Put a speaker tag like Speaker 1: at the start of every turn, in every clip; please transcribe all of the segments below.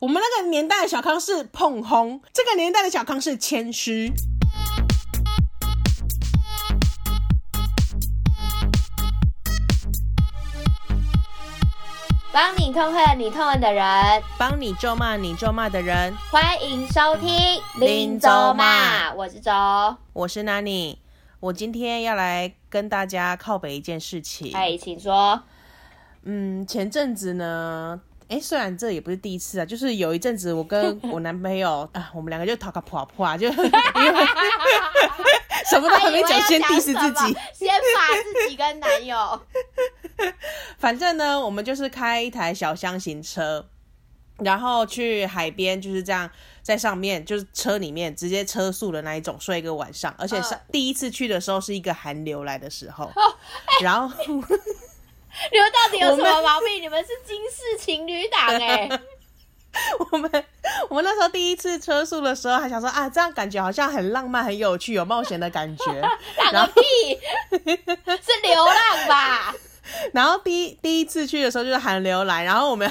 Speaker 1: 我们那个年代的小康是碰轰，这个年代的小康是谦虚。
Speaker 2: 帮你痛恨你痛恨的人，
Speaker 1: 帮你咒骂你咒骂的人，
Speaker 2: 欢迎收听
Speaker 1: 林州骂
Speaker 2: 我是周。
Speaker 1: 我是 Nani，我今天要来跟大家靠北一件事情。
Speaker 2: 哎，请 说。
Speaker 1: 嗯，前阵子呢，哎，虽然这也不是第一次啊，就是有一阵子我跟我男朋友 啊，我们两个就讨个破破啊，就 因为什么都还没哎讲，先 diss 自己。，
Speaker 2: 先把自己跟男友。
Speaker 1: 反正呢，我们就是开一台小箱型车，然后去海边，就是这样在上面，就是车里面直接车速的那一种睡一个晚上，而且上、第一次去的时候是一个寒流来的时候， 然后
Speaker 2: 你们到底有
Speaker 1: 我
Speaker 2: 什
Speaker 1: 们
Speaker 2: 么毛病？你们是金氏情侣 档哎、
Speaker 1: 我们我们那时候第一次车速的时候还想说啊，这样感觉好像很浪漫、很有趣、有冒险的感觉，然
Speaker 2: 浪
Speaker 1: 后
Speaker 2: 个屁！ 是流浪 吧？
Speaker 1: 然后第一第一次去的时候就是寒流来，然后我们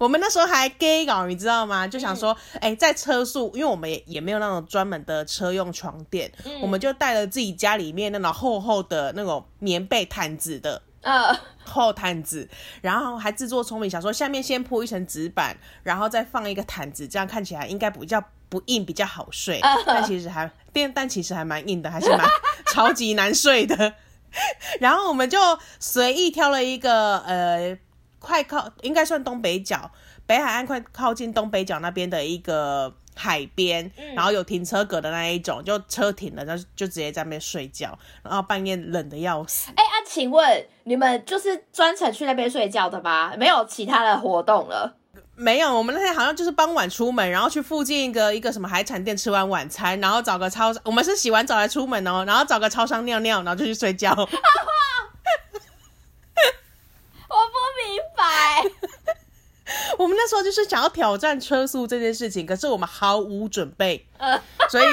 Speaker 1: 我们那时候还 gay 搞，你知道吗？就想说，哎、在车速，因为我们也也没有那种专门的车用床垫，我们就带了自己家里面那种厚厚的那种棉被毯子的。
Speaker 2: 呃，
Speaker 1: 厚毯子，然后还自作聪明，想说下面先铺一层纸板，然后再放一个毯子，这样看起来应该比较不硬，比较好睡。但其实还，但但其实还蛮硬的，还是蛮 超级难睡的。 然后我们就随意挑了一个呃，快靠应该算东北角，北海岸快靠近东北角那边的一个海边，然后有停车格的那一种，就车停了，然后就直接在那边睡觉，然后半夜冷的要死。
Speaker 2: 哎、啊，请问你们就是专程去那边睡觉的吗？没有其他的活动了？
Speaker 1: 没有，我们那天好像就是傍晚出门，然后去附近一个一个什么海产店吃完晚餐，然后找个超，我们是洗完澡才出门哦，然后找个超商尿尿，然后就去睡觉。
Speaker 2: 我不明 白。
Speaker 1: 我们那时候就是想要挑战车速这件事情，可是我们毫无准备，
Speaker 2: 呃，
Speaker 1: 所以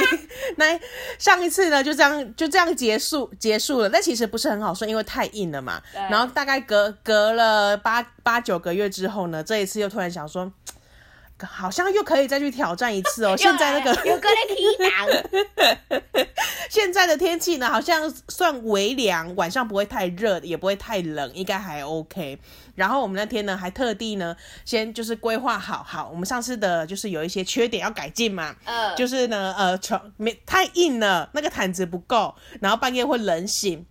Speaker 1: 那上一次呢就这样就这样结束结束了。但其实不是很好睡，因为太硬了嘛。
Speaker 2: 对
Speaker 1: 然后大概隔隔了八八九个月之后呢，这一次又突然想说，好像又可以再去挑战一次哦。现在那个
Speaker 2: 有个人提 档，
Speaker 1: 现在的天气呢，好像算微凉，晚上不会太热，也不会太冷，应该还 OK。然后我们那天呢，还特地呢，先就是规划好，好，我们上次的就是有一些缺点要改进嘛，
Speaker 2: 呃，
Speaker 1: 就是呢，呃，床没太硬了，那个毯子不够，然后半夜会冷醒，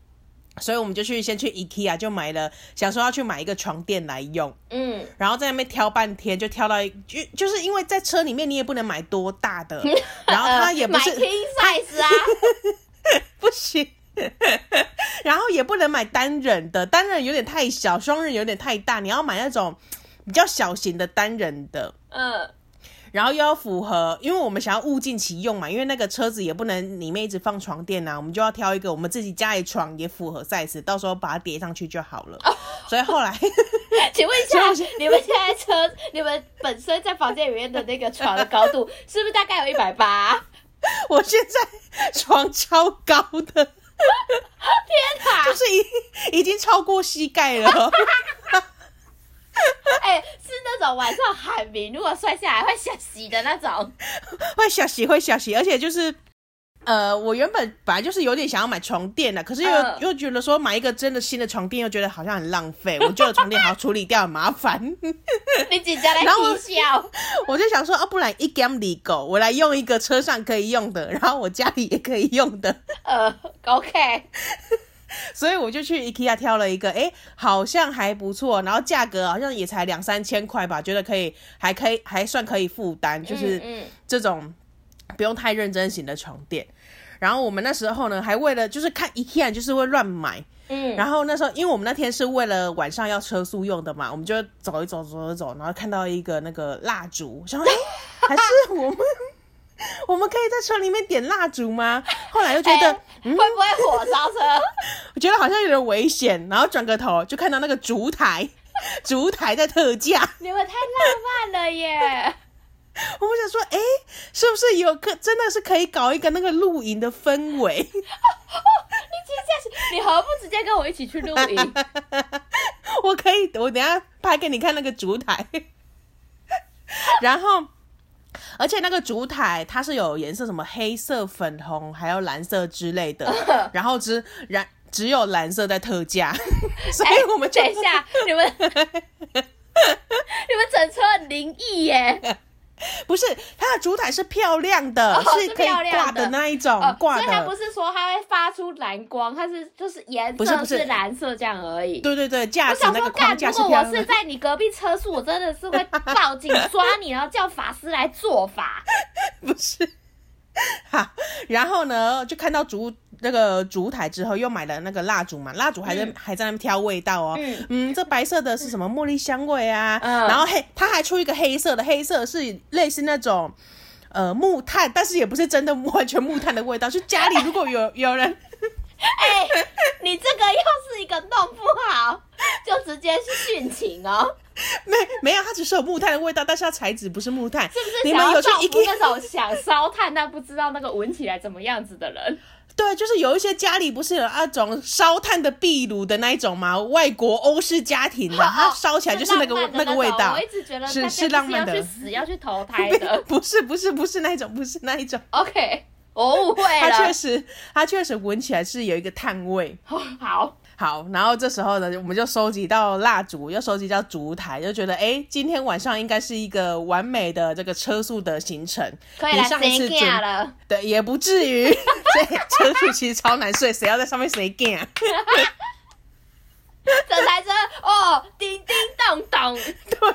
Speaker 1: 所以我们就去先去 IKEA 就买了，想说要去买一个床垫来用。
Speaker 2: 嗯，
Speaker 1: 然后在那边挑半天，就挑到一就就是因为在车里面你也不能买多大的，然后它哦也不
Speaker 2: 呃买
Speaker 1: 是
Speaker 2: king size 啊，
Speaker 1: 不行。 然后也不能买单人的，单人有点太小，双人有点太大，你要买那种比较小型的单人的。
Speaker 2: 嗯，
Speaker 1: 然后又要符合，因为我们想要物尽其用嘛，因为那个车子也不能里面一直放床垫啊呐、我们就要挑一个我们自己家里床也符合 size，到时候把它叠上去就好了。所以后来
Speaker 2: 请问一下，你们现在车，你们本身在房间里面的那个床的高度， 是不是大概有一百八？
Speaker 1: 我现在床超高的，
Speaker 2: 天 哪！
Speaker 1: 就是已已经超过膝盖了。
Speaker 2: 哎、是那种晚上喊名，如果摔下来会吓死的那种。
Speaker 1: 会小洗，会小洗，而且就是。呃，我原本本来就是有点想要买床垫的，可是又、
Speaker 2: 嗯
Speaker 1: 又觉得说买一个真的新的床垫，又觉得好像很浪费。我旧的床垫还要处理掉，很麻烦。
Speaker 2: 你紧张在
Speaker 1: 然后
Speaker 2: 皮笑，
Speaker 1: 我就想说，啊，不然一 gam 里狗，我来用一个车上可以用的，然后我家里也可以用的，
Speaker 2: 呃，OK，
Speaker 1: 所以我就去 IKEA 挑了一个，诶，好像还不错，然后价格好像也才两三千块吧，觉得可以，还可以，还算可以负担，就是
Speaker 2: 嗯嗯
Speaker 1: 这种不用太认真型的床垫。然后我们那时候呢，还为了就是看 IKEA 就是会乱买，
Speaker 2: 嗯，
Speaker 1: 然后那时候因为我们那天是为了晚上要车速用的嘛，我们就走一走走一走，然后看到一个那个蜡烛，想 说、哎，还是我们我们可以在车里面点蜡烛吗？后来又觉得、嗯
Speaker 2: 哎会不会火烧车？
Speaker 1: 我觉得好像有点危险，然后转个头就看到那个烛台， 烛台在特价。
Speaker 2: 你们太浪漫了耶！
Speaker 1: 我们想说，哎、是不是有可真的是可以搞一个那个露营的氛围？
Speaker 2: 你直接下去，你何不直接跟我一起去露营？
Speaker 1: 我可以，我等一下拍给你看那个烛台。 然后。而且那个烛台它是有颜色，什么黑色、粉红，还有蓝色之类的。 然后只然只有蓝色在特价， 所以哎我们就、
Speaker 2: 哎等一下，你们你们整车很灵异耶！
Speaker 1: 不是它的烛台是漂亮的，
Speaker 2: 哦
Speaker 1: 是可以
Speaker 2: 是漂
Speaker 1: 挂
Speaker 2: 亮的
Speaker 1: 的那一种
Speaker 2: 哦，
Speaker 1: 挂
Speaker 2: 所以它不
Speaker 1: 的。
Speaker 2: 是说它会发出蓝光，它是就是颜
Speaker 1: 不是
Speaker 2: 色
Speaker 1: 不是
Speaker 2: 是蓝色这样而已。
Speaker 1: 对对对，架
Speaker 2: 我
Speaker 1: 子
Speaker 2: 想
Speaker 1: 那
Speaker 2: 说，
Speaker 1: 个
Speaker 2: 干，
Speaker 1: 框架
Speaker 2: 如
Speaker 1: 是
Speaker 2: 果
Speaker 1: 漂
Speaker 2: 我
Speaker 1: 亮
Speaker 2: 是
Speaker 1: 的。
Speaker 2: 在你隔壁车速，我真的是会报 警抓你，然后叫法师来做法。
Speaker 1: 不是。 哈，然后呢，就看到烛那个烛台之后，又买了那个蜡烛嘛，蜡烛还在、
Speaker 2: 嗯
Speaker 1: 还在那边挑味道哦。
Speaker 2: 嗯
Speaker 1: 这白色的是什么茉莉香味啊？
Speaker 2: 嗯
Speaker 1: 然后黑，它还出一个黑色的，黑色是类似那种呃木炭，但是也不是真的完全木炭的味道。就家里如果有有人
Speaker 2: 哎、你这个又是一个弄不好，就直接殉情哦，
Speaker 1: 没没有，它只是有木炭的味道，但是它材质不是木炭。
Speaker 2: 是不是
Speaker 1: 你
Speaker 2: 想
Speaker 1: 们
Speaker 2: 要
Speaker 1: 有去
Speaker 2: 造福
Speaker 1: IKEA
Speaker 2: 那种想烧炭但不知道那个闻起来怎么样子的人？
Speaker 1: 对，就是有一些家里不是有那种烧炭的壁炉的那一种吗？外国欧式家庭的，它
Speaker 2: 哦
Speaker 1: 烧起来就是那个
Speaker 2: 浪漫的
Speaker 1: 那个味道
Speaker 2: 我。一直觉得
Speaker 1: 是
Speaker 2: 大概
Speaker 1: 是浪漫的
Speaker 2: 就是要去死要去投胎的。
Speaker 1: 不是不是不是那一种，不是那一种，
Speaker 2: OK，我误会
Speaker 1: 它确
Speaker 2: 了。
Speaker 1: 实它确实闻起来是有一个炭味。
Speaker 2: 好，
Speaker 1: 好，然后这时候呢，我们就收集到蜡烛，又收集到烛台，就觉得哎，诶今天晚上应该是一个完美的这个车速的行程。
Speaker 2: 可以
Speaker 1: 你
Speaker 2: 了，
Speaker 1: 上一次
Speaker 2: 谁
Speaker 1: 准
Speaker 2: 干啊了？
Speaker 1: 对，也不至于。 对，车速其实超难睡，谁要在上面谁干、啊？
Speaker 2: 这台车哦，叮叮咚咚，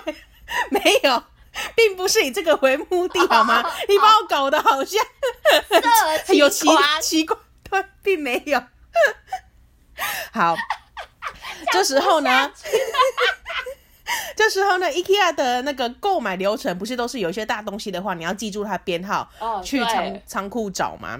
Speaker 1: 对，没有，并不是以这个为目的，好吗？你把我搞得好像
Speaker 2: 色
Speaker 1: 有
Speaker 2: 情
Speaker 1: 奇
Speaker 2: 狂，
Speaker 1: 奇怪，对，并没有。 好，这时候呢，这时候呢，IKEA 的那个购买流程不是都是有一些大东西的话，你要记住它编号，
Speaker 2: 哦
Speaker 1: 去
Speaker 2: 对
Speaker 1: 仓仓库找吗？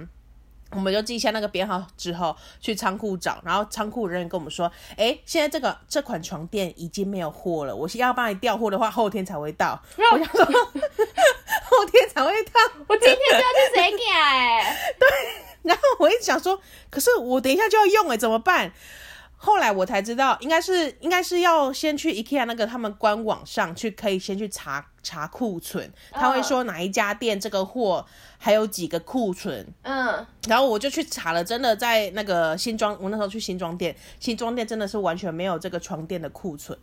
Speaker 1: 我们就记下那个编号之后，去仓库找，然后仓库人员跟我们说，哎，现在这个这款床垫已经没有货了，我要帮你调货的话，后天才会到。
Speaker 2: 然后
Speaker 1: 我想说， 后天才会到，
Speaker 2: 我今天就要去谁干哎？
Speaker 1: 然后我一直想说，可是我等一下就要用哎、怎么办？后来我才知道，应该是应该是要先去 IKEA 那个他们官网上去，可以先去查查库存，他
Speaker 2: 嗯
Speaker 1: 会说哪一家店这个货还有几个库存。
Speaker 2: 嗯，
Speaker 1: 然后我就去查了，真的在那个新庄，我那时候去新庄店，新庄店真的是完全没有这个床垫的库存。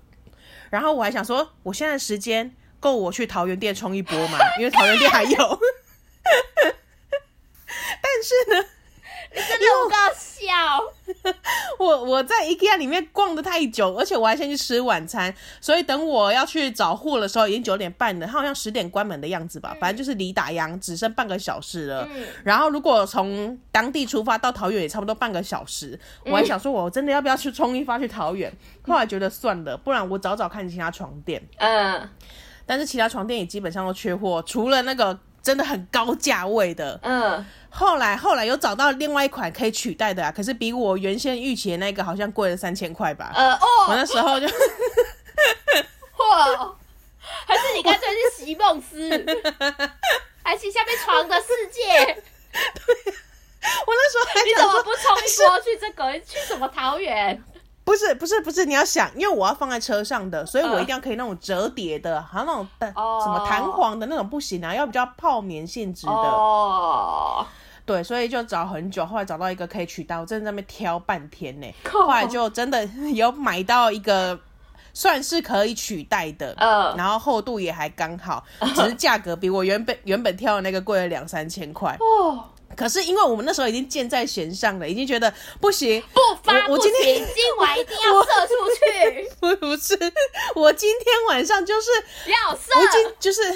Speaker 1: 然后我还想说，我现在时间够我去桃园店冲一波嘛，因为桃园店还有。但是呢，
Speaker 2: 真的不够笑。
Speaker 1: 我我在 IKEA 里面逛的太久，而且我还先去吃晚餐，所以等我要去找货的时候，已经九点半了，它好像十点关门的样子吧，反正就是离打烊只剩半个小时了。
Speaker 2: 嗯
Speaker 1: 然后如果从当地出发到桃园也差不多半个小时，
Speaker 2: 嗯
Speaker 1: 我还想说我真的要不要去冲一发去桃 园，后来觉得算了，不然我找找看其他床垫，
Speaker 2: 嗯
Speaker 1: 但是其他床垫也基本上都缺货，除了那个真的很高价位的，
Speaker 2: 嗯，
Speaker 1: 后来后来有找到另外一款可以取代的啊，可是比我原先预期的那个好像贵了三千块吧。
Speaker 2: 呃
Speaker 1: 我
Speaker 2: 哦
Speaker 1: 那时候就
Speaker 2: 嚯，还是你干脆去席 梦思，还是下面床的世界？
Speaker 1: 我那时候还
Speaker 2: 你怎
Speaker 1: 想
Speaker 2: 么
Speaker 1: 说
Speaker 2: 不冲一波去这个？去什么 桃园？
Speaker 1: 不是不是不是，你要想，因为我要放在车上的，所以我一定要可以那种折叠的，还有那种弹
Speaker 2: 哦
Speaker 1: 什么弹簧的那种不行啊，要比较泡棉性质的。
Speaker 2: 哦，
Speaker 1: 对，所以就找很久，后来找到一个可以取代，我真的在那边挑半天呢。后来就真的有买到一个算是可以取代的，
Speaker 2: 嗯
Speaker 1: 然后厚度也还刚好，只是价格比我原本原本挑的那个贵了两三千块。
Speaker 2: 哦，
Speaker 1: 可是因为我们那时候已经箭在弦上了，已经觉得不行，
Speaker 2: 不发
Speaker 1: 我我
Speaker 2: 不
Speaker 1: 今天
Speaker 2: 行，今晚一定要射出去，
Speaker 1: 不不是， 我今天晚上就是
Speaker 2: 要射
Speaker 1: 我已经就是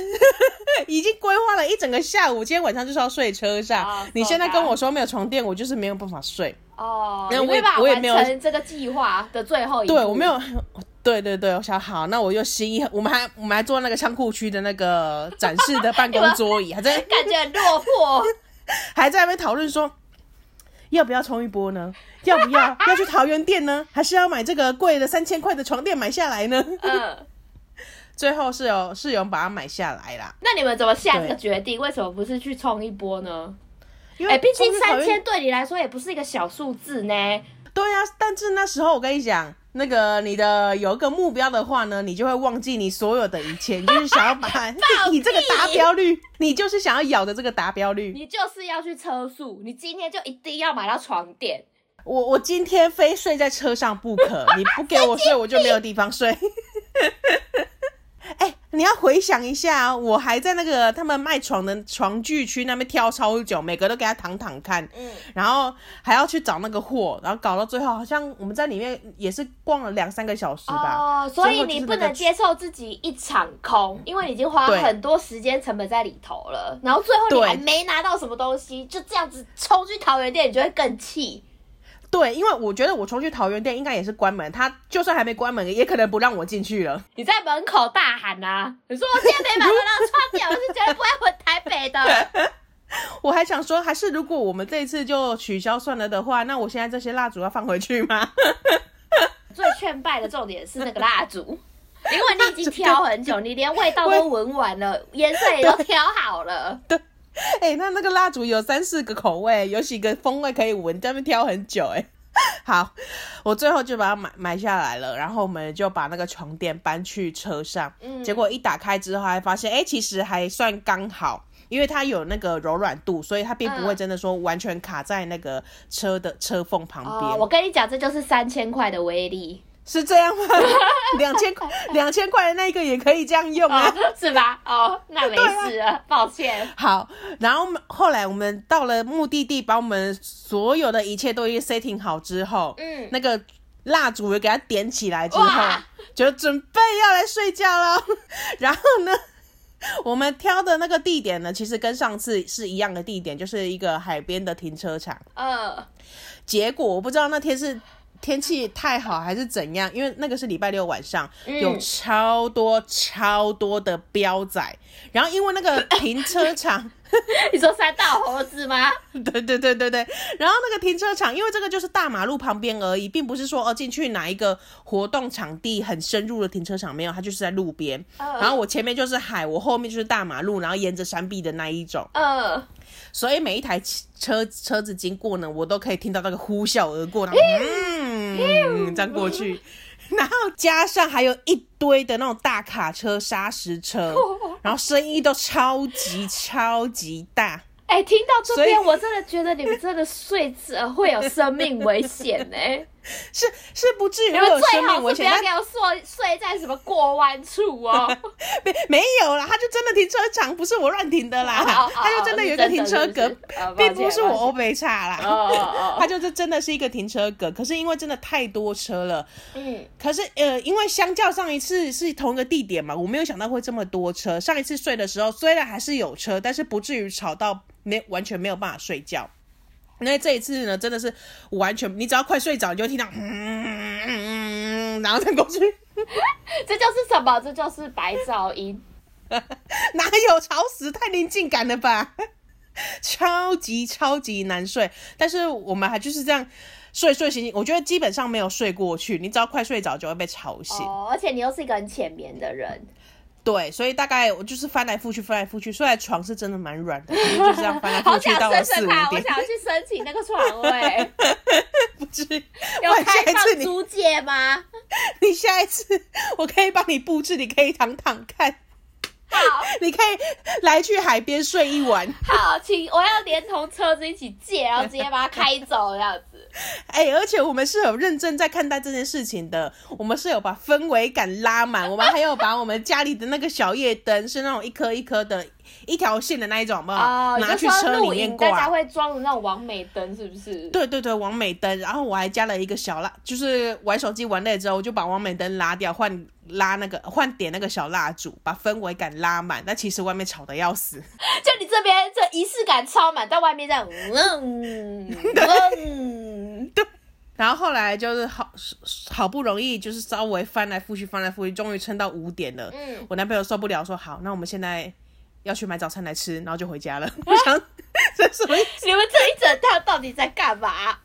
Speaker 1: 已经规划了一整个下午，今天晚上就是要睡车上。
Speaker 2: 啊
Speaker 1: 你现在
Speaker 2: 懂
Speaker 1: 跟
Speaker 2: 啊
Speaker 1: 我说没有床垫，我就是没有办法睡。
Speaker 2: 哦，
Speaker 1: 那
Speaker 2: 你
Speaker 1: 我也
Speaker 2: 没办法
Speaker 1: 我也
Speaker 2: 完
Speaker 1: 没有
Speaker 2: 成这个计划的最后一步。
Speaker 1: 对我没有，对对对，我想好，那我就心一，我们还我们还坐那个仓库区的那个展示的办公桌 椅，还在
Speaker 2: 感觉很 落魄。
Speaker 1: 还在那边讨论说。要不要冲一波呢？要不要 要去桃园店呢？还是要买这个贵的三千块的床垫买下来呢？
Speaker 2: 嗯，
Speaker 1: 最后是有是有把它买下来啦，
Speaker 2: 那你们怎么下这个
Speaker 1: 对
Speaker 2: 决定？为什么不是去冲一波呢？
Speaker 1: 因
Speaker 2: 哎、
Speaker 1: 为
Speaker 2: 毕竟
Speaker 1: 冲去桃
Speaker 2: 三
Speaker 1: 园
Speaker 2: 千对你来说也不是一个小数字呢。
Speaker 1: 对啊，但是那时候我跟你讲，那个你的有一个目标的话呢，你就会忘记你所有的一切，你就是想要把你这个达标率，你就是想要咬的这个达标率。
Speaker 2: 你就是要去车速，你今天就一定要买到床垫。
Speaker 1: 我我今天非睡在车上不可，你不给我睡，我就没有地方睡。 哎、你要回想一下啊，我还在那个他们卖床的床具区那边挑超久，每个都给他躺躺看，
Speaker 2: 嗯，
Speaker 1: 然后还要去找那个货，然后搞到最后好像我们在里面也是逛了两三个小时吧。
Speaker 2: 哦，所
Speaker 1: 最
Speaker 2: 以
Speaker 1: 后就是
Speaker 2: 你
Speaker 1: 那
Speaker 2: 不
Speaker 1: 个
Speaker 2: 能接受自己一场空，因为你已经花
Speaker 1: 对
Speaker 2: 很多时间成本在里头了，然后最后你
Speaker 1: 对
Speaker 2: 还没拿到什么东西，就这样子冲去桃园店，你就会更气。
Speaker 1: 对，因为我觉得我冲去桃园店应该也是关门，他就算还没关门，也可能不让我进去了。
Speaker 2: 你在门口大喊啊！你说我今天没买到窗帘，我是绝对不会回台北 的。
Speaker 1: 我还想说，还是如果我们这一次就取消算了的话，那我现在这些蜡烛要放回去吗？
Speaker 2: 最劝败的重点是那个蜡烛，因为你已经挑很 久，你连味道都闻完了，颜色也都挑好了。
Speaker 1: 哎、那那个蜡烛有三四个口味，有几个风味可以闻，在那边挑很久哎、 好，我最后就把它买买下来了，然后我们就把那个床垫搬去车上。
Speaker 2: 嗯
Speaker 1: 结果一打开之后，还发现哎、其实还算刚好，因为它有那个柔软度，所以它并不会
Speaker 2: 嗯
Speaker 1: 真的说完全卡在那个车的车缝旁边。
Speaker 2: 哦，我跟你讲，这就是三千块的威力，
Speaker 1: 是这样吗？两千块，两千块的那个也可以这样 用啊。
Speaker 2: 哦，是吧？哦，那没事了，抱歉。
Speaker 1: 好，然后我们后来我们到了目的地，把我们所有的一切都已经 setting 好之后，
Speaker 2: 嗯，
Speaker 1: 那个蜡烛也给它点起来之后
Speaker 2: 哇，
Speaker 1: 就准备要来睡觉了。 然后呢，我们挑的那个地点呢，其实跟上次是一样的地点，就是一个海边的停车场。
Speaker 2: 呃，
Speaker 1: 结果我不知道那天是天气太好还是怎样，因为那个是礼拜六晚上，
Speaker 2: 嗯
Speaker 1: 有超多超多的彪仔，然后因为那个停车场。
Speaker 2: 你说三道猴子吗？
Speaker 1: 对对对对对，然后那个停车场，因为这个就是大马路旁边而已，并不是说哦进去哪一个活动场地很深入的停车场，没有，它就是在路边。
Speaker 2: 嗯
Speaker 1: 然后我前面就是海，我后面就是大马路，然后沿着山壁的那一种，
Speaker 2: 呃，
Speaker 1: 所以每一台汽车车子经过呢，我都可以听到那个呼啸而过，然后嗯，这样过去。然后加上还有一堆的那种大卡车、砂石车，然后声音都超级超级大。
Speaker 2: 哎、听到这
Speaker 1: 所
Speaker 2: 边，
Speaker 1: 以
Speaker 2: 我真的觉得你们真的睡着会有生命危险 呢、
Speaker 1: 是是不至于
Speaker 2: 你
Speaker 1: 会有
Speaker 2: 们最
Speaker 1: 生命
Speaker 2: 好
Speaker 1: 危
Speaker 2: 是不
Speaker 1: 险，
Speaker 2: 要
Speaker 1: 但
Speaker 2: 给我睡睡在什么过弯处哦。
Speaker 1: 没没有啦，他就真的停车场，不是我乱停的啦，
Speaker 2: 哦哦
Speaker 1: 他就真的有一个停车 格，
Speaker 2: 呃
Speaker 1: 并不是我欧北差 啦，
Speaker 2: 哦哦
Speaker 1: 他
Speaker 2: 哦，
Speaker 1: 就是真的是一个停车格，可是因为真的太多车了，
Speaker 2: 嗯，
Speaker 1: 可是呃，因为相较上一次是同一个地点嘛，我没有想到会这么多车。上一次睡的时候虽然还是有车，但是不至于吵到没完全没有办法睡觉。那这一次呢，真的是完全，你只要快睡着，你就会听到嗯嗯嗯，嗯然后再过去。
Speaker 2: 这就是什么？这就是白噪 音。
Speaker 1: 哪有吵死？太临近感了吧！ 超级超级难睡，但是我们还就是这样睡睡醒醒，我觉得基本上没有睡过去，你只要快睡着就会被吵醒。
Speaker 2: 哦，而且你又是一个很浅眠的人，
Speaker 1: 对，所以大概我就是翻来覆去，翻来覆去，睡在床是真的蛮软的，就这样翻来覆
Speaker 2: 好
Speaker 1: 去
Speaker 2: 想
Speaker 1: 到了
Speaker 2: 申
Speaker 1: 四
Speaker 2: 申
Speaker 1: 五
Speaker 2: 看，我
Speaker 1: 点，
Speaker 2: 想 要去申请那个床位，
Speaker 1: 不至于。
Speaker 2: 有
Speaker 1: 哇下
Speaker 2: 开
Speaker 1: 一次
Speaker 2: 放
Speaker 1: 你
Speaker 2: 租 借吗？
Speaker 1: 你下一次我可以帮你布置，你可以躺躺看，
Speaker 2: 好
Speaker 1: 你可以来去海边睡一晚。
Speaker 2: 好，请我要连同车子一起借，然后直接把它开走这样 子。
Speaker 1: 哎、而且我们是有认真在看待这件事情的，我们是有把氛围感拉满，我们还有把我们家里的那个小夜灯是那种一颗一颗的、一条线的那一种，有没有
Speaker 2: 哦，
Speaker 1: 拿
Speaker 2: 你
Speaker 1: 去
Speaker 2: 就说
Speaker 1: 车里
Speaker 2: 露
Speaker 1: 面
Speaker 2: 营大家
Speaker 1: 挂。
Speaker 2: 会装的那种完美灯，是不是？
Speaker 1: 对对对，王美灯，然后我还加了一个小蜡，就是玩手机玩累之后，我就把王美灯拉掉，换拉那个换点那个小蜡烛，把氛围感拉满。但其实外面吵得要死，
Speaker 2: 就你这边这仪式感超满，到外面这样，嗯嗯，
Speaker 1: 然后后来就是好好不容易，就是稍微翻来覆去，翻来覆去，终于撑到五点了。
Speaker 2: 嗯
Speaker 1: 我男朋友受不了，说好，那我们现在要去买早餐来吃，然后就回家了。我想 这什么意思？
Speaker 2: 你们这一整趟到底在干嘛？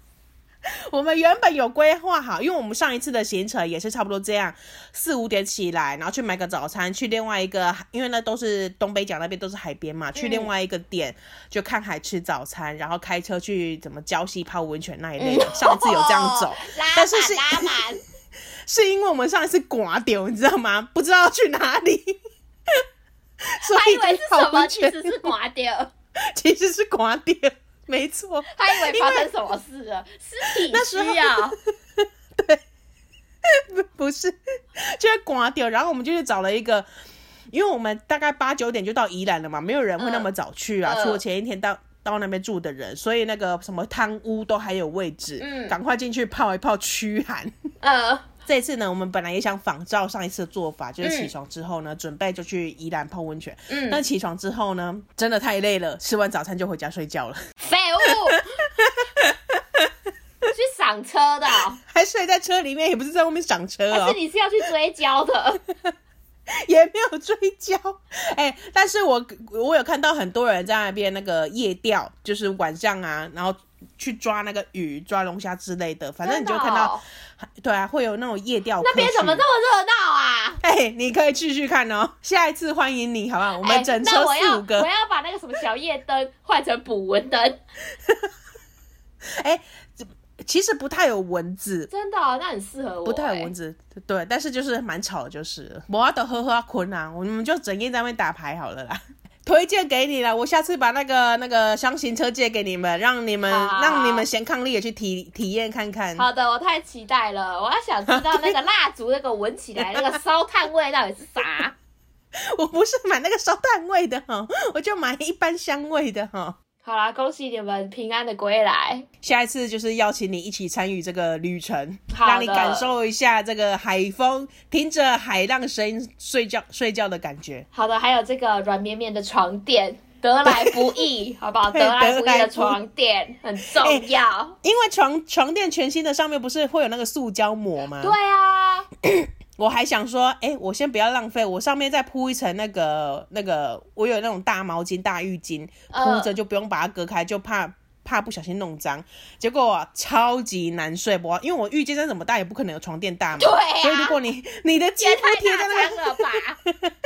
Speaker 1: 我们原本有规划好，因为我们上一次的行程也是差不多这样，四五点起来，然后去买个早餐，去另外一个，因为那都是东北角那边都是海边嘛，去另外一个点就看海吃早餐，然后开车去怎么礁溪泡温泉那一类的。上一次有这样走
Speaker 2: 哦，拉
Speaker 1: 但是
Speaker 2: 满
Speaker 1: 是
Speaker 2: 拉满，
Speaker 1: 是因为我们上一次刮丢，你知道吗？不知道去哪里， 所
Speaker 2: 还以
Speaker 1: 以
Speaker 2: 为是
Speaker 1: 就
Speaker 2: 什
Speaker 1: 跑
Speaker 2: 么，
Speaker 1: 不
Speaker 2: 其
Speaker 1: 全
Speaker 2: 实是刮掉，
Speaker 1: 其实是刮丢，没错。
Speaker 2: 他 以为发生什么事了，尸体
Speaker 1: 那时候
Speaker 2: 需要。
Speaker 1: 不不是，就是刮掉。然后我们就去找了一个，因为我们大概八九点就到宜兰了嘛，没有人会那么早去啊，
Speaker 2: 嗯
Speaker 1: 除了前一天到。到那边住的人，所以那个什么汤屋都还有位置，
Speaker 2: 嗯
Speaker 1: 赶快进去泡一泡驱寒。
Speaker 2: 呃，
Speaker 1: 这次呢，我们本来也想仿照上一次的做法，就是
Speaker 2: 嗯
Speaker 1: 起床之后呢，准备就去宜兰泡温泉。
Speaker 2: 嗯
Speaker 1: 但起床之后呢，真的太累了，吃完早餐就回家睡觉了，
Speaker 2: 废物，去赏车的哦、
Speaker 1: 还睡在车里面，也不是在外面赏车 哦。
Speaker 2: 还是你是要去追焦的？
Speaker 1: 也没有追焦，哎、但是我我有看到很多人在那边那个夜钓，就是晚上啊，然后去抓那个鱼、抓龙虾之类的， 反正你就
Speaker 2: 真的
Speaker 1: 看
Speaker 2: 哦
Speaker 1: 到，对啊，会有那种夜钓客去。
Speaker 2: 那边怎么这么热闹啊？
Speaker 1: 哎、你可以去去看哦，下一次欢迎你，好不好？我
Speaker 2: 我
Speaker 1: 们整车四五个
Speaker 2: 哎我，要把那个什么小夜灯换成捕蚊灯，
Speaker 1: 哎、这其实不太有蚊子，
Speaker 2: 真的哦、那很适合我、
Speaker 1: 不太有蚊
Speaker 2: 子，
Speaker 1: 子，对，但是就是蛮吵，就是了我要都喝喝困啊，我们就整夜在那边打牌好了啦。 推荐给你了，我下次把那个那个箱型车借给你们，让你们
Speaker 2: 好
Speaker 1: 让你们贤伉俪也去体体验看看。
Speaker 2: 好的，我太期待了，我要想知 道那个蜡烛那个闻起来那个烧炭味到底是啥。
Speaker 1: 我不是买那个烧炭味的哈，我就买一般香味的哈。
Speaker 2: 好啦，恭喜你们平安的归来。
Speaker 1: 下一次就是邀请你一起参与这个旅程，
Speaker 2: 好的
Speaker 1: 让你感受一下这个海风，听着海浪声音睡觉睡觉的感觉。
Speaker 2: 好的，还有这个软绵绵的床垫，得来不易，好不 好？
Speaker 1: 对
Speaker 2: 得来不易
Speaker 1: 得来
Speaker 2: 的
Speaker 1: 不易
Speaker 2: 床垫很重 要。
Speaker 1: 因为床床垫全新的上面不是会有那个塑胶膜吗？
Speaker 2: 对啊，
Speaker 1: 我还想说，哎、我先不要浪费，我上面再铺一层那个那个，我有那种大毛巾、大浴巾
Speaker 2: 嗯
Speaker 1: 铺着，就不用把它隔开，就怕怕不小心弄脏。结果、啊、超级难睡，我因为我浴巾再怎么大也不可能有床垫大嘛。
Speaker 2: 对啊
Speaker 1: 所以如果你你的肌
Speaker 2: 也
Speaker 1: 肤
Speaker 2: 太
Speaker 1: 贴在
Speaker 2: 大
Speaker 1: 那
Speaker 2: 张
Speaker 1: 个
Speaker 2: 了吧！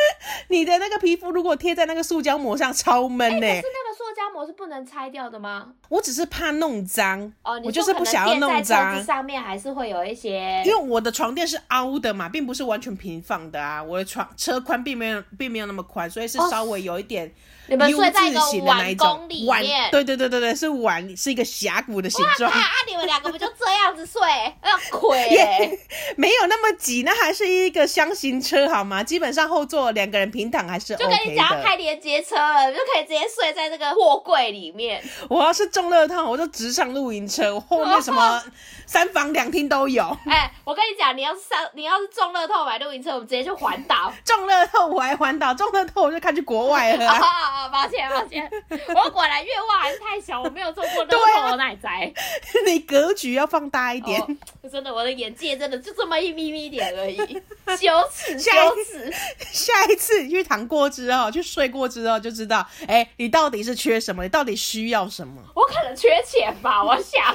Speaker 1: 你的那个皮肤如果贴在那个塑胶膜上，超闷呢、
Speaker 2: 哎可是那个塑胶膜是不能拆掉的吗？
Speaker 1: 我只是怕弄脏，
Speaker 2: 哦，你
Speaker 1: 我就
Speaker 2: 说
Speaker 1: 是
Speaker 2: 可
Speaker 1: 不
Speaker 2: 能
Speaker 1: 想要
Speaker 2: 垫在
Speaker 1: 弄
Speaker 2: 桌
Speaker 1: 脏啊
Speaker 2: 子。上面还是会有一些，
Speaker 1: 因为我的床垫是凹的嘛，并不是完全平放的啊，我的床车宽并没有并没有那么宽，所以是
Speaker 2: 哦
Speaker 1: 稍微有一点
Speaker 2: 你们
Speaker 1: U
Speaker 2: 睡在一
Speaker 1: 字
Speaker 2: 个
Speaker 1: 形的那一
Speaker 2: 碗
Speaker 1: 种
Speaker 2: 宫里
Speaker 1: 碗
Speaker 2: 面。
Speaker 1: 对对对对对，是碗，是一个峡谷的形
Speaker 2: 啊
Speaker 1: 状，
Speaker 2: 啊！你们两个不就这样子睡？ 要亏、
Speaker 1: 耶没有那么挤，那还是一个箱型车好吗？基本上后座两个人平躺还是
Speaker 2: 就跟你
Speaker 1: OK
Speaker 2: 讲要
Speaker 1: 的。
Speaker 2: 开连接车了，就可以直接睡在那个货柜里面。
Speaker 1: 我要是中乐套，我就直上露营车，我后面什么三房两厅都有。
Speaker 2: 哎、我跟你讲，你要是上，你要是中乐透买露营车，我们直接去环 岛。
Speaker 1: 中乐透我还环岛，中乐透我就看去国外了、
Speaker 2: 啊、
Speaker 1: 啊。
Speaker 2: 哦，抱歉抱歉，我果然愿望还是太小，我没有中过乐透，我哪里栽？
Speaker 1: 你格局要放大啊一点。
Speaker 2: 哦， 真的，我的眼界真的就这么一咪咪 点而已，羞耻羞
Speaker 1: 下一
Speaker 2: 耻。
Speaker 1: 下一次你去躺过之后，去睡过之后，就知道，哎、你到底是缺什么，你到底需要什么？
Speaker 2: 我可能缺钱吧，我想，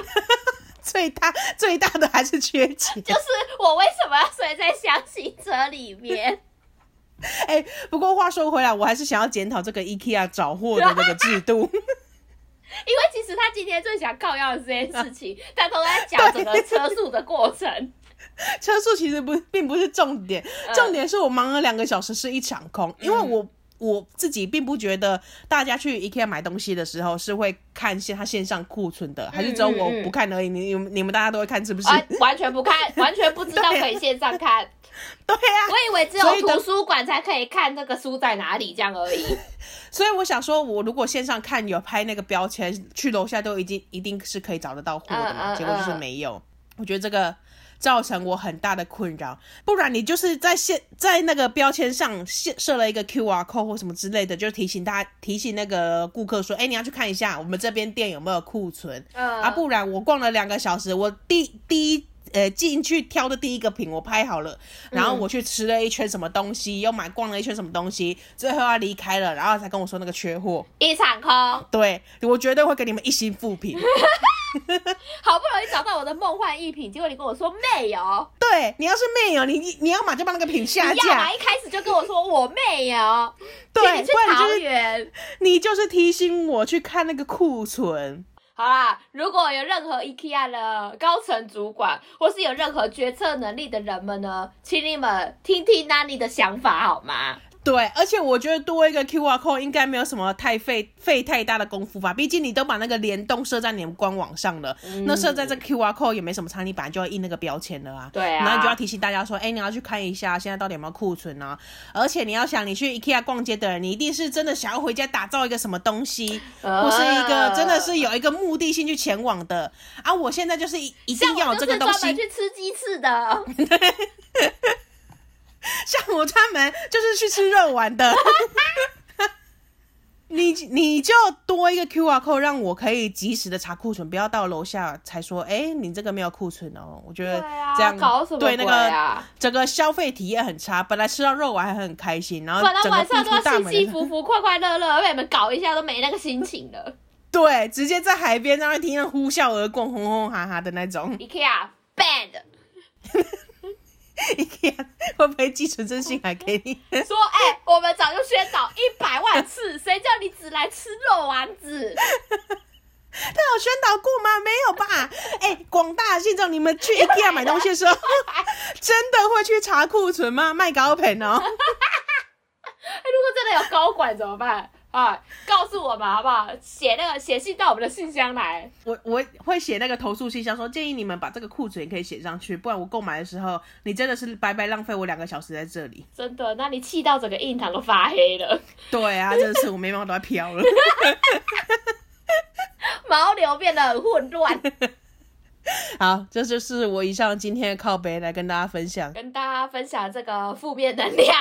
Speaker 1: 最大最大的还是缺 钱。
Speaker 2: 就是我为什么要睡在箱型车里面？
Speaker 1: 哎、不过话说回来，我还是想要检讨这个 IKEA 找货的这个制 度。
Speaker 2: 因为其实他今天最想靠要的这件事情，他都在讲整个车速的过程。
Speaker 1: 车速其实不并不是重点，
Speaker 2: 嗯
Speaker 1: 重点是我忙了两个小时是一场空，因为我。我自己并不觉得大家去 IKEA 买东西的时候是会看线它线上库存的，还是只有我
Speaker 2: 嗯啊嗯
Speaker 1: 不看而已？你你们你们大家都会 看是不是？
Speaker 2: 完完全不看，完全不知道
Speaker 1: 对啊
Speaker 2: 可以线上看。
Speaker 1: 对啊呀、
Speaker 2: 我以为只
Speaker 1: 所以
Speaker 2: 有
Speaker 1: 等
Speaker 2: 图书馆才可以看这个书在哪里这样 而已。
Speaker 1: 所以我想说，我如果线上看有拍那个标签，去楼下都已经一定是可以找得到货的嘛。
Speaker 2: 嗯嗯
Speaker 1: 结果就是没有，我觉得这个造成我很大的困扰。不然你就是在线在那个标签上设设了一个 Q R code 或什么之类的，就提醒大家提醒那个顾客说，哎、你要去看一下我们这边店有没有库存、
Speaker 2: 嗯
Speaker 1: 啊，不然我逛了两个小时，我第第一。呃，进去挑的第一个品我拍好了，
Speaker 2: 嗯
Speaker 1: 然后我去吃了一圈什么东西，又买逛了一圈什么东西，最后要离开了，然后才跟我说那个缺货。
Speaker 2: 一场空，好
Speaker 1: 对，我绝对会给你们一星复 评。
Speaker 2: 不容易找到我的梦幻一品，结果你跟我说没有。
Speaker 1: 对你要是没有，你你你要么就把那个品下
Speaker 2: 你要
Speaker 1: 架
Speaker 2: 嘛，一开始就跟我说我没有，请
Speaker 1: 对，
Speaker 2: 你去
Speaker 1: 不然你
Speaker 2: 桃
Speaker 1: 就是
Speaker 2: 园，
Speaker 1: 你就是提醒我去看那个库存。
Speaker 2: 好啦，如果有任何 IKEA 的高层主管，或是有任何决策能力的人们呢，请你们听听 Nani 的想法好吗？
Speaker 1: 对，而且我觉得多一个 QR code 应该没有什么太费费太大的功夫吧，毕竟你都把那个联动设在你们官网上了，
Speaker 2: 嗯
Speaker 1: 那设在这 QR code 也没什么差，你本来就要印那个标签了啊。
Speaker 2: 对啊
Speaker 1: 然后你就要提醒大家说，哎，你要去看一下现在到底有没有库存啊。而且你要想，你去 IKEA 逛街的人，你一定是真的想要回家打造一个什么东西，
Speaker 2: 呃
Speaker 1: 或是一个真的是有一个目的性去前往的啊。我现在就是一一定
Speaker 2: 像
Speaker 1: 要
Speaker 2: 我
Speaker 1: 有
Speaker 2: 就
Speaker 1: 这个
Speaker 2: 是
Speaker 1: 东
Speaker 2: 专
Speaker 1: 西
Speaker 2: 门，去吃鸡翅的，
Speaker 1: 像我专门就是去吃肉丸的。你你就多一个 QR code，让我可以及时的查库存，不要到楼下才说，哎、你这个没有库存哦。我觉得
Speaker 2: 对啊
Speaker 1: 这样
Speaker 2: 搞什么
Speaker 1: 对那
Speaker 2: 鬼
Speaker 1: 个、
Speaker 2: 啊
Speaker 1: 整个消费体验很差。本来吃到肉丸还很开心，然后
Speaker 2: 本来
Speaker 1: 整个
Speaker 2: 晚上
Speaker 1: 地
Speaker 2: 都
Speaker 1: 图
Speaker 2: 要
Speaker 1: 大
Speaker 2: 幸
Speaker 1: 门
Speaker 2: 幸福福、快快乐乐，被你们搞一下都没那个心 情了。
Speaker 1: 对，直接在海边在那听着呼啸而过，轰轰哈哈的那种。
Speaker 2: IKEA banned，
Speaker 1: IKEA 会不会寄存真信来给你？
Speaker 2: 说哎、我们早就宣导一百万次，谁叫你只来吃肉丸子？
Speaker 1: 他有宣导过吗？没有吧？哎、广大的信众，你们去 IKEA 买东西的时 候，真的会去查库存吗？卖高品哦，
Speaker 2: 哎，如果真的有高管怎么办啊？告诉我们好不好？写那个写信到我们的信箱来。
Speaker 1: 我我会写那个投诉信箱说，建议你们把这个库存也可以写上去，不然我购买的时候，你真的是白白浪费我两个小时在这里。
Speaker 2: 真的，那你气到整个印堂都发黑了，
Speaker 1: 对啊，真的是我眉毛都要飘了。
Speaker 2: 毛流变得很混乱。
Speaker 1: 好，这就是我以上今天的靠背来跟大家分享，
Speaker 2: 跟大家分享这个负面能 量。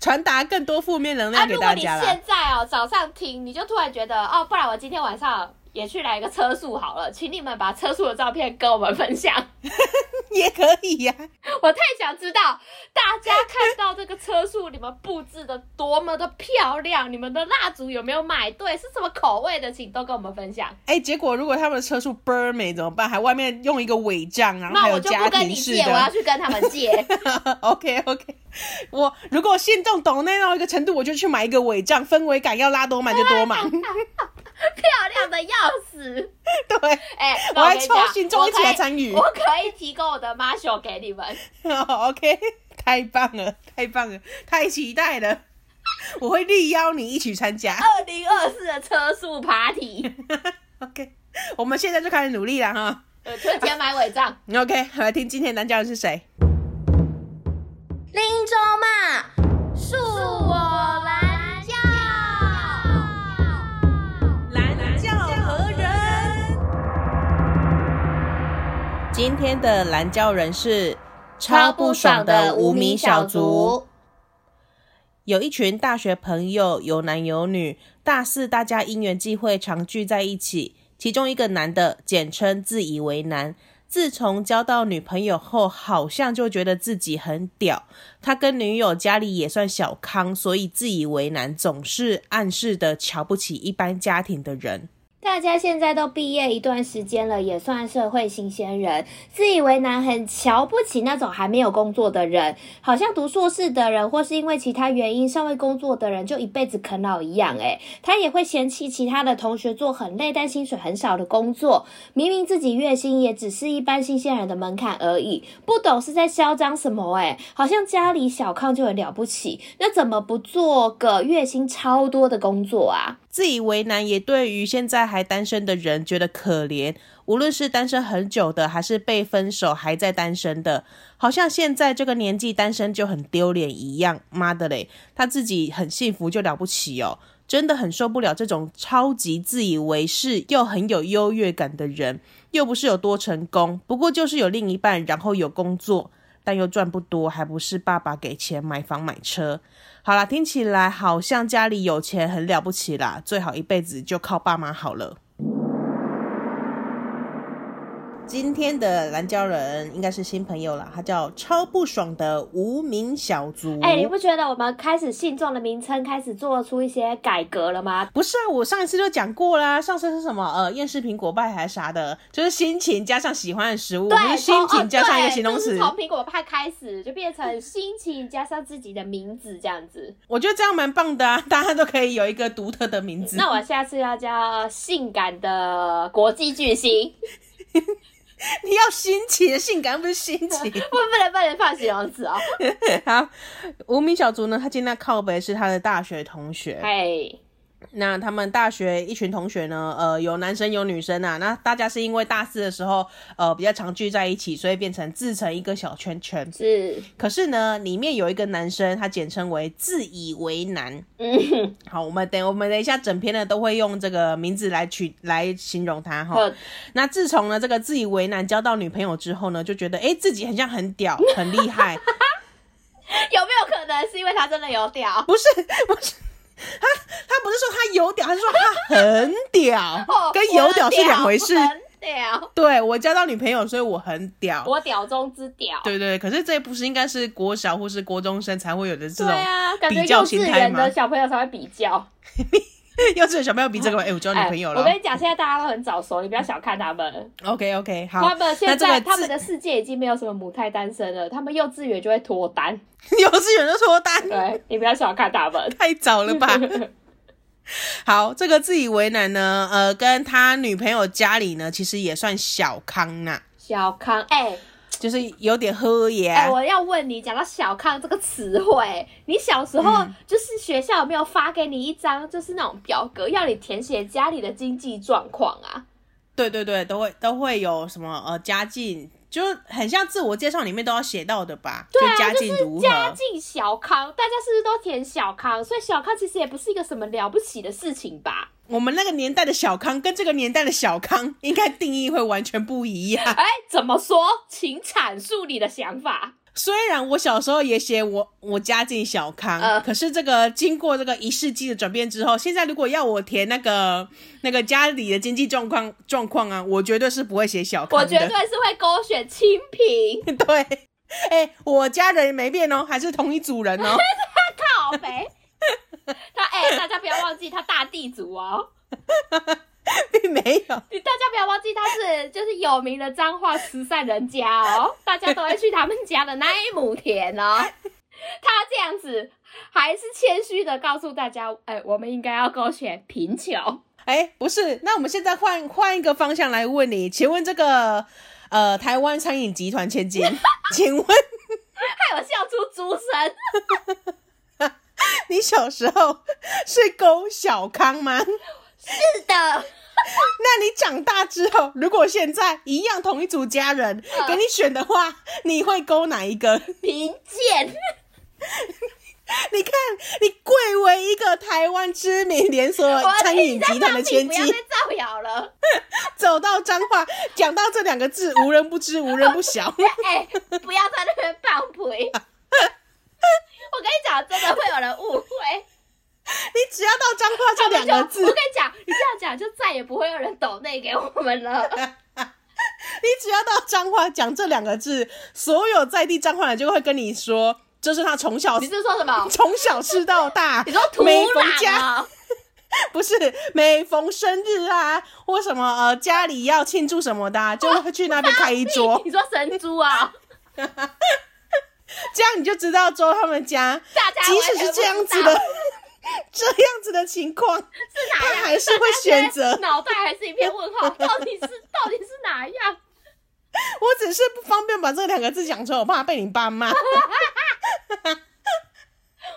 Speaker 1: 传达更多负面能
Speaker 2: 啊，
Speaker 1: 量给
Speaker 2: 如果
Speaker 1: 大
Speaker 2: 你
Speaker 1: 家啦。
Speaker 2: 现在哦早上听，你就突然觉得哦，不然我今天晚上也去来一个车速好了，请你们把车速的照片跟我们分享。
Speaker 1: 也可以呀、
Speaker 2: 我太想知道大家看到这个车速，你们布置的多么的漂亮，你们的蜡烛有没有买对，是什么口味的，请都跟我们分享。
Speaker 1: 哎、结果如果他们的车速倍儿美怎么办？还外面用一个伪账，然后
Speaker 2: 那
Speaker 1: 还有
Speaker 2: 我就
Speaker 1: 家
Speaker 2: 不跟你
Speaker 1: 庭式
Speaker 2: 借，
Speaker 1: 的。
Speaker 2: 我要去跟他们借。
Speaker 1: OK OK，我如果信众懂那到一个程度，我就去买一个伪账，氛围感要拉多满就多满。
Speaker 2: 漂亮的要死！
Speaker 1: 对，
Speaker 2: 哎、
Speaker 1: 我
Speaker 2: 那我
Speaker 1: 还
Speaker 2: 跟你讲
Speaker 1: 抽信众一起来参与
Speaker 2: 我可以我可以提供我的 Marshall 给你们。
Speaker 1: 好哦 OK，太棒了，太棒了，太期待了，我会力邀你一起参加。
Speaker 2: 二零二四的车速 party，
Speaker 1: OK，我们现在就开始努力了哈。
Speaker 2: 呃，推荐买尾帐。
Speaker 1: OK，来听今天的男教人是谁？
Speaker 2: 林州嘛，恕我蓝教。
Speaker 1: 蓝教何人？今天的蓝教人是
Speaker 2: 族。
Speaker 1: 有一群大学朋友，有男有女。大四大家因缘际会常聚在一起，其中一个男的简称自以为男。自从交到女朋友后，好像就觉得自己很屌。他跟女友家里也算小康，所以自以为男，总是暗示的瞧不起一般家庭的人。
Speaker 2: 大家现在都毕业一段时间了，也算社会新鲜人，自以为难，很瞧不起那种还没有工作的人，好像读硕士的人，或是因为其他原因尚未工作的人，就一辈子啃老一样、欸。他也会嫌弃其他的同学做很累但薪水很少的工作，明明自己月薪也只是一般新鲜人的门槛而已，不懂是在嚣张什么、欸？好像家里小康就很了不起，那怎么不做个月薪超多的工作啊？
Speaker 1: 自以为难，也对于现在还单身的人觉得可怜。无论是单身很久的，还是被分手还在单身的，好像现在这个年纪单身就很丢脸一样。妈的嘞，他自己很幸福就了不起哦，真的很受不了这种超级自以为是又很有优越感的人。又不是有多成功，不过就是有另一半，然后有工作，但又赚不多，还不是爸爸给钱买房买车。好啦，听起来好像家里有钱很了不起啦，最好一辈子就靠爸妈好了。今天的蓝椒人应该是新朋友了，他叫超不爽的无名小卒。
Speaker 2: 哎、你不觉得我们开始信众的名称开始做出一些改革了吗？
Speaker 1: 不是啊，我上一次就讲过啦，上次是什么？呃，厌世苹果派还是啥的，就是心情加上喜欢的食物，不
Speaker 2: 对，
Speaker 1: 是心
Speaker 2: 从哦
Speaker 1: 情加上一个
Speaker 2: 对
Speaker 1: 形容
Speaker 2: 就是
Speaker 1: 词。
Speaker 2: 从苹果派开始就变成心情加上自己的名字这样子。
Speaker 1: 我觉得这样蛮棒的啊， 大家都可以有一个独特的名字。
Speaker 2: 那我下次要叫性感的国际巨星，
Speaker 1: 你要新奇的性感，不是新奇。
Speaker 2: 不不能不能放形容词哦。
Speaker 1: 好，无名小卒呢，他今天靠北是他的大学同学。
Speaker 2: 嘿，
Speaker 1: 那他们大学一群同学呢，呃，有男生有女生啊。那大家是因为大四的时候，呃，比较常聚在一起，所以变成自成一个小圈圈。
Speaker 2: 是，
Speaker 1: 可是呢，里面有一个男生，他简称为自以为男。
Speaker 2: 嗯，
Speaker 1: 好，我们等我们等一下整篇呢都会用这个名字来取来形容他哈。
Speaker 2: 呵
Speaker 1: 那自从呢这个自以为男交到女朋友之后呢，就觉得诶自己很像很屌，很厉害，
Speaker 2: 有没有可能是因为他真的有屌？
Speaker 1: 不是不是，他他不是说他有屌，他是说他很屌
Speaker 2: 哦，
Speaker 1: 跟有屌是两回事
Speaker 2: 我。很屌，
Speaker 1: 对我交到女朋友，所以我很屌。
Speaker 2: 我屌中之屌。
Speaker 1: 对对，对可是这不是应该是国小或是国中生才会有的这
Speaker 2: 对
Speaker 1: 种
Speaker 2: 啊，感觉
Speaker 1: 比较
Speaker 2: 幼
Speaker 1: 心
Speaker 2: 稚
Speaker 1: 态
Speaker 2: 园的
Speaker 1: 吗
Speaker 2: 小朋友才会比较。
Speaker 1: 幼稚园小朋友比这个，哎、我交女朋友了
Speaker 2: 我。跟你讲，现在大家都很早熟，你不要小看他们。
Speaker 1: OK OK，好。
Speaker 2: 他们现在
Speaker 1: 那这个
Speaker 2: 他
Speaker 1: 自
Speaker 2: 们的世界已经没有什么母胎单身了，他们幼稚园就会脱 单。
Speaker 1: 幼稚园就脱单，
Speaker 2: 对，你不要小看他们。
Speaker 1: 太早了 吧？好，这个自以为难呢，呃，跟他女朋友家里呢，其实也算小康呐、
Speaker 2: 小康，哎、
Speaker 1: 就是有点喝爷、
Speaker 2: 哎、我要问你，讲到小康这个词汇，你小时候
Speaker 1: 嗯
Speaker 2: 就是学校有没有发给你一张就是那种表格，要你填写家里的经济状况啊？
Speaker 1: 对对对，都会都会有什么呃家境，就是很像自我介绍里面都要写到的吧？
Speaker 2: 对
Speaker 1: 就
Speaker 2: 啊，
Speaker 1: 家
Speaker 2: 就
Speaker 1: 境
Speaker 2: 是
Speaker 1: 如何？
Speaker 2: 家境小康，大家是不是都填小康？所以小康其实也不是一个什么了不起的事情吧？
Speaker 1: 我们那个年代的小康跟这个年代的小康，应该定义会完全不一样。
Speaker 2: 哎、怎么说？请阐述你的想法。
Speaker 1: 虽然我小时候也写我我家境小康，
Speaker 2: 呃
Speaker 1: 可是这个经过这个一世纪的转变之后，现在如果要我填那个那个家里的经济状况状况啊，我绝对是不会写小康
Speaker 2: 我
Speaker 1: 的。
Speaker 2: 绝对是会勾选清贫，
Speaker 1: 对，哎、我家人没变哦，还是同一组人哦。
Speaker 2: 靠肥。他哎、大家不要忘记他大地主哦，
Speaker 1: 并没有。
Speaker 2: 你大家不要忘记他是就是有名的彰化慈善人家哦，大家都会去他们家的那一亩田哦。他这样子还是谦虚的告诉大家，哎、我们应该要勾选贫穷。
Speaker 1: 哎、不是，那我们现在换换一个方向来问你，请问这个呃台湾餐饮集团千金， 请问
Speaker 2: 害我笑出猪声。
Speaker 1: 你小时候是勾小康吗？
Speaker 2: 是的，
Speaker 1: 那你长大之后，如果现在一样同一组家人
Speaker 2: 嗯
Speaker 1: 给你选的话，你会勾哪一个？
Speaker 2: 贫贱。
Speaker 1: 你看，你贵为一个台湾知名连锁
Speaker 2: 我
Speaker 1: 餐饮集团的千
Speaker 2: 你
Speaker 1: 金
Speaker 2: 不，要再造谣了。
Speaker 1: 走到彰化，讲到这两个字，无人不知，无人不 晓。
Speaker 2: 哎、不要在那边放屁！我 跟你讲，真的会有人误会。
Speaker 1: 你只要到彰化这两
Speaker 2: 就
Speaker 1: 个
Speaker 2: 我
Speaker 1: 字
Speaker 2: 跟，你讲，你这样讲就再也不会有人抖内给我 们了。
Speaker 1: 你只要到彰化讲这两个字，所有在地彰化人就会跟你说，这是他从小
Speaker 2: 你是说什么？
Speaker 1: 从小吃到大，
Speaker 2: 你说土
Speaker 1: 每逢
Speaker 2: 壤
Speaker 1: 家
Speaker 2: 啊？
Speaker 1: 不是每逢生日啊，或什么呃家里要庆祝什么的、啊，就
Speaker 2: 哦
Speaker 1: 会去那边开一桌，
Speaker 2: 你说神猪啊？
Speaker 1: 这样你就知道周他们家，
Speaker 2: 大家
Speaker 1: 即使是这样子的
Speaker 2: 完全不知
Speaker 1: 这
Speaker 2: 道，
Speaker 1: 样子的情况，
Speaker 2: 是哪
Speaker 1: 他
Speaker 2: 样？
Speaker 1: 还是会选 择。
Speaker 2: 脑袋还是一片问 号，到底是到底是哪样？
Speaker 1: 我只是不方便把这两个字讲出来，我怕被你爸骂，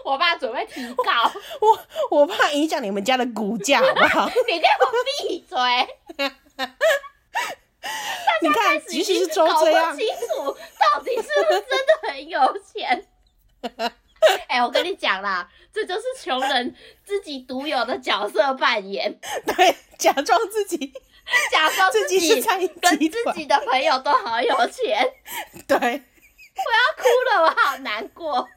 Speaker 2: 我爸准备提告，
Speaker 1: 我我怕影响你们家的股价，好不好？
Speaker 2: 你给我闭嘴！
Speaker 1: 你
Speaker 2: 大家
Speaker 1: 看
Speaker 2: 开，始
Speaker 1: 即
Speaker 2: 已
Speaker 1: 使
Speaker 2: 经
Speaker 1: 是周
Speaker 2: 搞
Speaker 1: 这
Speaker 2: 不
Speaker 1: 样，
Speaker 2: 清楚到底是不是真的很有钱。 哎、我跟你讲啦，这就是穷人自己独有的角色扮演，
Speaker 1: 对，假装自己
Speaker 2: 假装
Speaker 1: 自己是
Speaker 2: 己
Speaker 1: 餐饮
Speaker 2: 跟
Speaker 1: 集
Speaker 2: 自
Speaker 1: 团，
Speaker 2: 己的朋友都好有钱，
Speaker 1: 对。
Speaker 2: 哭了我好难过。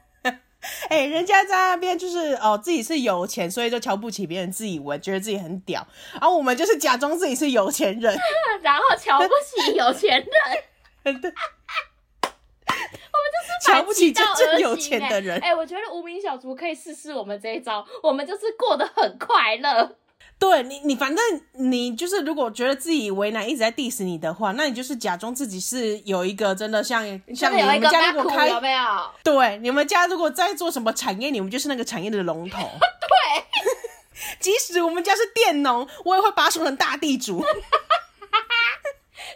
Speaker 1: 哎、人家在那边就是哦，自己是有钱，所以就瞧不起别人，自以为觉得自己很屌，然、后我们就是假装自己是有钱人，
Speaker 2: 然后瞧不起有钱人，
Speaker 1: 对，
Speaker 2: 白
Speaker 1: 瞧不起真
Speaker 2: 到恶
Speaker 1: 正
Speaker 2: 心
Speaker 1: 有钱
Speaker 2: 欸
Speaker 1: 的人。
Speaker 2: 哎、我觉得无名小卒可以试试我们这一招，我们就是过得很快乐。
Speaker 1: 对你，你反正你就是，如果觉得自己为难，一直在 diss 你的话，那你就是假装自己是有一个真的像像
Speaker 2: 真的
Speaker 1: 你
Speaker 2: 有一
Speaker 1: 们
Speaker 2: 个
Speaker 1: 家
Speaker 2: 巴
Speaker 1: 如
Speaker 2: 苦
Speaker 1: 果开，
Speaker 2: 有没有？
Speaker 1: 对，你们家如果在做什么产业，你们就是那个产业的 龙头。对， 即使我们家是佃农，我也会把他说成大地主。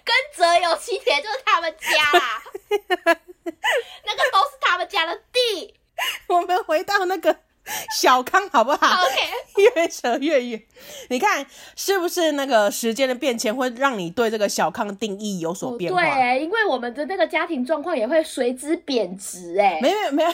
Speaker 2: 跟泽有其田就是他们家啦，那个都是他们家的地。
Speaker 1: 我们回到那个小康好不好？
Speaker 2: OK，
Speaker 1: 越扯越远。你看是不是那个时间的变迁会让你对这个小康的定义有所变化？
Speaker 2: 哦对，因为我们的那个家庭状况也会随之贬值、哎，
Speaker 1: 没有没有，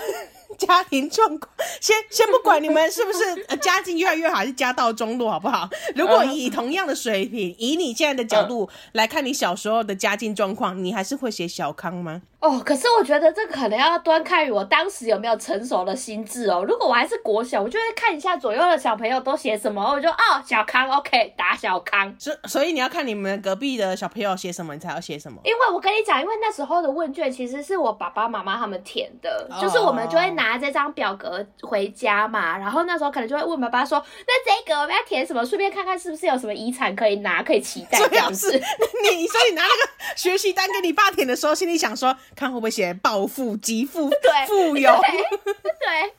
Speaker 1: 家庭状况，先 先不管你们是不是呃家境越来越好，还是家道中落，好不好？如果以同样的水平，以你现在的角度来看你小时候的家境状况，你还是会写小康吗？
Speaker 2: 哦，可是我觉得这可能要端看于我当时有没有成熟的心智哦。如果我还是国小，我就会看一下左右的小朋友都写什么，我就哦小康 OK 打小康。
Speaker 1: 所所以你要看你们隔壁的小朋友写什么，你才要写什么。
Speaker 2: 因为我跟你讲，因为那时候的问卷其实是我爸爸妈妈他们填的
Speaker 1: 哦
Speaker 2: 就是我们就会拿这张表格回家嘛，然后那时候可能就会问爸爸说，那这个我们要填什么，顺便看看是不是有什么遗产可以拿，可以期待这
Speaker 1: 最
Speaker 2: 样
Speaker 1: 好是
Speaker 2: 子。
Speaker 1: 你，所以你拿那个学习单给你爸填的时候，心里想说，看会不会写暴富、极富、
Speaker 2: 对
Speaker 1: 富有，
Speaker 2: 对对，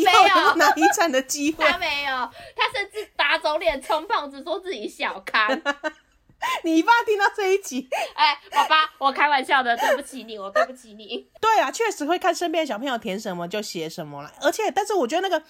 Speaker 1: 以后有没有拿遗产的机 会。
Speaker 2: 他没有，他甚至打肿脸充胖子，说自己小康。
Speaker 1: 你爸听到这一集，
Speaker 2: 哎，爸爸，我开玩笑的，对不起你，我对不起你。
Speaker 1: 对啊，确实会看身边的小朋友填什么就写什么啦。而且，但是我觉得那个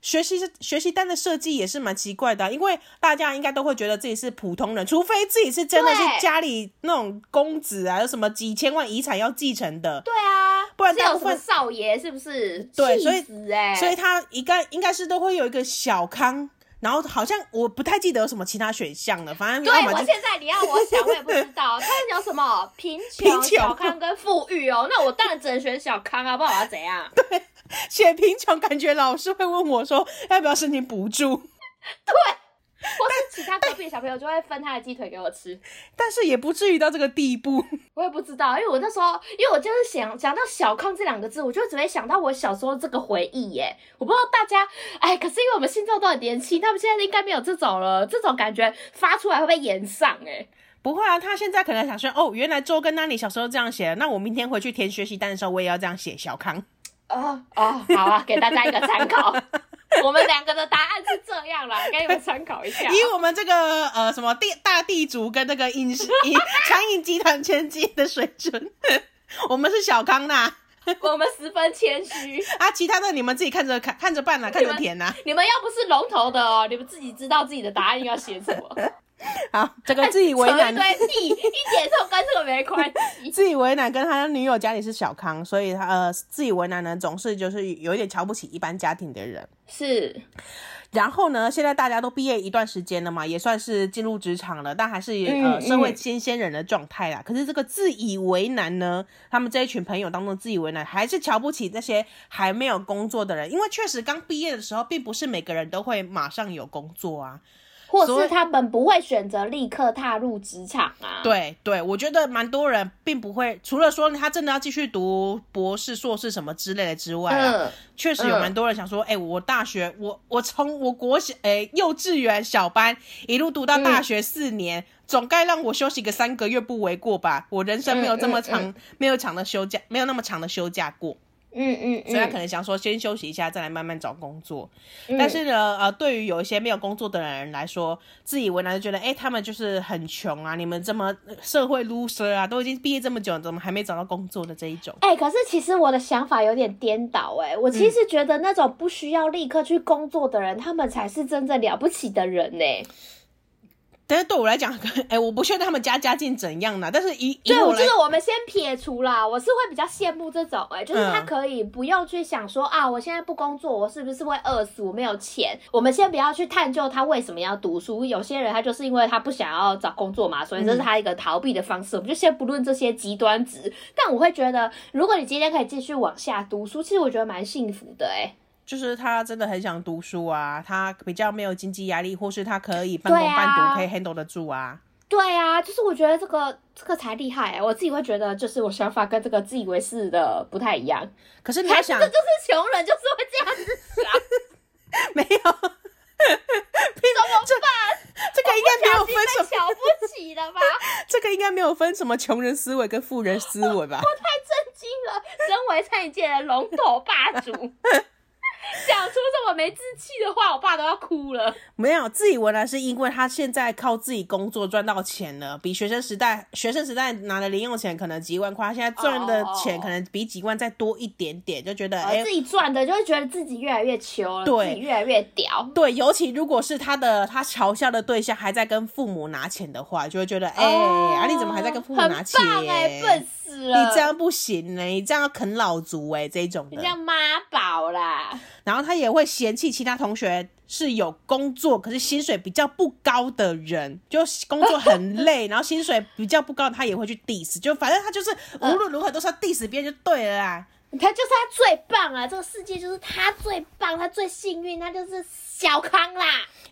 Speaker 1: 学习学习单的设计也是蛮奇怪的啊、因为大家应该都会觉得自己是普通人，除非自己是真的是
Speaker 2: 对
Speaker 1: 家里那种公子啊，有什么几千万遗产要继承的。
Speaker 2: 对啊，
Speaker 1: 不然
Speaker 2: 是有
Speaker 1: 大部
Speaker 2: 什么
Speaker 1: 分
Speaker 2: 少爷是不是？
Speaker 1: 对
Speaker 2: 气
Speaker 1: 所以
Speaker 2: 死哎、
Speaker 1: 所以他应该应该是都会有一个小康，然后好像我不太记得有什么其他选项了，反正
Speaker 2: 对
Speaker 1: 要么
Speaker 2: 我
Speaker 1: 就
Speaker 2: 现在你要我想，我也不知 道他们有什么贫
Speaker 1: 贫
Speaker 2: 穷、
Speaker 1: 穷
Speaker 2: 小康跟富裕哦。 那我当然只能选小康啊，不然我要怎样？
Speaker 1: 写贫穷，感觉老师会问我说哎要不要申请补助，
Speaker 2: 或是其他隔壁的小朋友就会分他的鸡腿给我吃，
Speaker 1: 但是也不至于到这个地步。
Speaker 2: 我也不知道，因为我那时候，因为我就是想想到小康这两个字，我就只会想到我小时候这个回忆耶。我不知道大家，哎，可是因为我们现在都很年轻，他们现在应该没有这种了，这种感觉发出来会被延上哎。
Speaker 1: 不会啊，他现在可能想说，哦，原来周跟那里小时候这样写，那我明天回去填学习单的时候，我也要这样写。小康，
Speaker 2: 哦 哦，好啊，给大家一个参 考。我们两个的答案是这样啦，给你们参考一下。
Speaker 1: 以我们这个呃什么地大地主跟那个饮食以餐饮集团前进的水准， 我们是小康啦。
Speaker 2: 我们十分谦虚。
Speaker 1: 啊，其他的你们自己看着看看着办啦，看着填啦。
Speaker 2: 你们要不是龙头的哦，你们自己知道自己的答案要写 什么，哎
Speaker 1: 好，这个自以为
Speaker 2: 扯一
Speaker 1: 难，
Speaker 2: 堆屁，一点都跟这个没关系。
Speaker 1: 自以为难跟他女友家里是小康，所以他呃自以为难呢，总是就是有一点瞧不起一般家庭的人。
Speaker 2: 是，
Speaker 1: 然后呢，现在大家都毕业一段时间了嘛，也算是进入职场了，但还是、呃
Speaker 2: 嗯
Speaker 1: 社会新鲜人的状态啦。可是这个自以为难呢，他们这一群朋友当中自以为难，还是瞧不起那些还没有工作的人，因为确实刚毕业的时候，并不是每个人都会马上有工作啊。
Speaker 2: 或
Speaker 1: 所
Speaker 2: 是
Speaker 1: 以
Speaker 2: 他们不会选择立刻踏入职场啊。，
Speaker 1: 对对，我觉得蛮多人并不会，除了说他真的要继续读博士、硕士什么之类的之外、啊，
Speaker 2: 嗯，
Speaker 1: 确实有蛮多人想说，哎、我大学，我我从我国小，哎、幼稚园小班一路读到大
Speaker 2: 嗯
Speaker 1: 学四年，总该让我休息个三个月不为过吧？我人生没有这么长，
Speaker 2: 嗯
Speaker 1: 没有长的休假，没有那么长的休假过，
Speaker 2: 嗯嗯
Speaker 1: 所以他可
Speaker 2: 嗯，
Speaker 1: 能想说，先休息一下，再来慢慢找工作。
Speaker 2: 嗯
Speaker 1: 但是呢，呃，对于有一些没有工作的人来说，自以为然就觉得，哎、他们就是很穷啊，你们这么呃社会 loser 啊，都已经毕业这么久，怎么还没找到工作的这一种？
Speaker 2: 哎、可是其实我的想法有点颠倒哎、我其实觉得那种不需要立刻去工作的人，他们才是真正了不起的人呢、
Speaker 1: 但是对我来讲，可能哎、我不确定他们家家境怎样呢，但是以以
Speaker 2: 对，
Speaker 1: 我
Speaker 2: 我就
Speaker 1: 来
Speaker 2: 是我们先撇除啦，我是会比较羡慕这种、哎，就是他
Speaker 1: 嗯
Speaker 2: 可以不用去想说、啊，我现在不工作，我是不是会饿死？我没有钱。我们先不要去探究他为什么要读书，有些人他就是因为他不想要找工作嘛，所以这是他一个逃避的方式。我们就先不论这些极端值，但我会觉得，如果你今天可以继续往下读书，其实我觉得蛮幸福的、哎，
Speaker 1: 就是他真的很想读书啊，他比较没有经济压力，或是他可以半工
Speaker 2: 对啊
Speaker 1: 半读，可以 handle 得住啊。
Speaker 2: 对啊，就是我觉得这个这个才厉害、哎我自己会觉得，就是我想法跟这个自以为是的不太一样。
Speaker 1: 可是你
Speaker 2: 还
Speaker 1: 要
Speaker 2: 是
Speaker 1: 想
Speaker 2: 这，就是穷人就是会这样子想。
Speaker 1: 没有， 怎么办？这这个应该没有分什么，
Speaker 2: 瞧不起了 吧？太
Speaker 1: 这个应该没有分什么穷人思维跟富人思维吧？
Speaker 2: 震惊了！身为餐饮界的龙头霸主， 讲出这么没志气的话，我爸都要哭了。
Speaker 1: 没有，自以为然是因为他现在靠自己工作赚到钱了，比学生时代学生时代拿的零用钱可能几万块，他现在赚的钱可能比几万再多一点点，就觉得哎、
Speaker 2: 呃自己赚的就会觉得自己越来越穷了，
Speaker 1: 对
Speaker 2: 自己越来越屌。
Speaker 1: 对，尤其如果是他的他嘲笑的对象还在跟父母拿钱的话，就会觉得哎、
Speaker 2: 哦
Speaker 1: 啊你怎么还在跟父母拿钱？
Speaker 2: 很棒哎、笨死了！
Speaker 1: 你这样不行呢、你这样要啃老族哎、这一种
Speaker 2: 你
Speaker 1: 的
Speaker 2: 这。样妈宝啦！
Speaker 1: 然后他也会嫌弃其他同学是有工作，可是薪水比较不高的人，就工作很累，然后薪水比较不高，他也会去 diss，就反正他就是无论如何都是要 diss 别人就对了啦。
Speaker 2: 他就是他最棒啊！这个世界就是他最棒，他最幸运，他就是小康啦。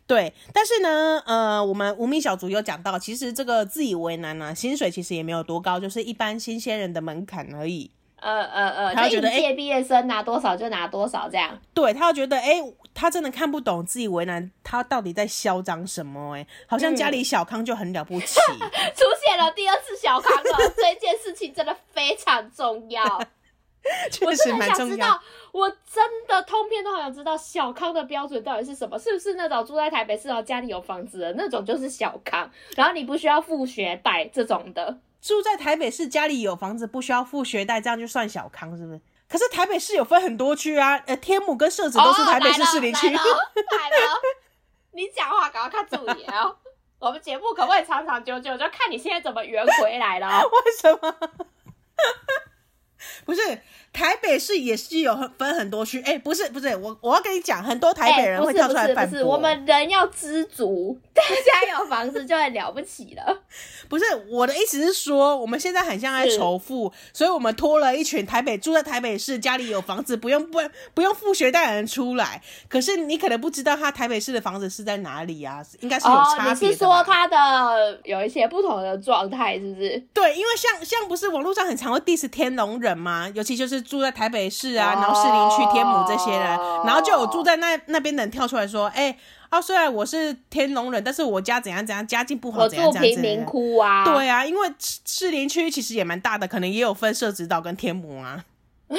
Speaker 1: 对，但是呢，呃，我们无名小组有讲到，其实这个自以为难呢、啊薪水其实也没有多高，就是一般新鲜人的门槛而已。
Speaker 2: 呃呃
Speaker 1: 他
Speaker 2: 呃，
Speaker 1: 会
Speaker 2: 就
Speaker 1: 觉得哎
Speaker 2: 应届毕业生拿多少就拿多少这样。
Speaker 1: 对他又觉得，哎、他真的看不懂自以为难，他到底在嚣张什么、哎，好像家里小康就很了不起。
Speaker 2: 出现了第二次小康了，这件事情真的非常重要。
Speaker 1: 确
Speaker 2: 我
Speaker 1: 实
Speaker 2: 真的
Speaker 1: 蛮
Speaker 2: 很想
Speaker 1: 重
Speaker 2: 知
Speaker 1: 要。
Speaker 2: 道，我真的通篇都好想知道小康的标准到底是什么？是不是那种住在台北市然后家里有房子的那种就是小康，然后你不需要付学贷这种的？
Speaker 1: 住在台北市，家里有房子，不需要付学贷，这样就算小康，是不是？可是台北市有分很多区啊，呃，天母跟社子都是台北市市林区。
Speaker 2: 哦哦来了，来了来了你讲话赶快看注意哦。我们节目可不可以长长久久，就看你现在怎么圆回来了哦。
Speaker 1: 为什么？不是台北市也是有很分很多区，哎、不是不是，我我要跟你讲，很多 台
Speaker 2: 哎，
Speaker 1: 北人
Speaker 2: 不
Speaker 1: 会
Speaker 2: 是
Speaker 1: 跳出来
Speaker 2: 不是
Speaker 1: 反
Speaker 2: 不
Speaker 1: 驳、
Speaker 2: 是，我们人要知足，大家有房子就很了不起了。
Speaker 1: 不是我的意思是说，我们现在很像在
Speaker 2: 是
Speaker 1: 仇富，所以我们拖了一群台北住在台北市、家里有房子、不用不不用付学贷的人出来。可是你可能不知道他台北市的房子是在哪里啊，应该是有
Speaker 2: 哦，
Speaker 1: 差别的吧、
Speaker 2: 你是说他的有一些不同的状态，是不是？
Speaker 1: 对，因为像像不是网络上很常会 diss 天龙人嘛，尤其就是住在台北市啊，
Speaker 2: 哦
Speaker 1: 然后士林区、天母这些人，然后就有住在那那边的人跳出来说，哎、啊，虽然我是天龙人，但是我家怎样怎样，家境不好，
Speaker 2: 我
Speaker 1: 怎样
Speaker 2: 住
Speaker 1: 怎样
Speaker 2: 贫
Speaker 1: 怎
Speaker 2: 民
Speaker 1: 样。
Speaker 2: 窟啊，
Speaker 1: 对啊，因为士士林区其实也蛮大的，可能也有分社子岛跟天母啊。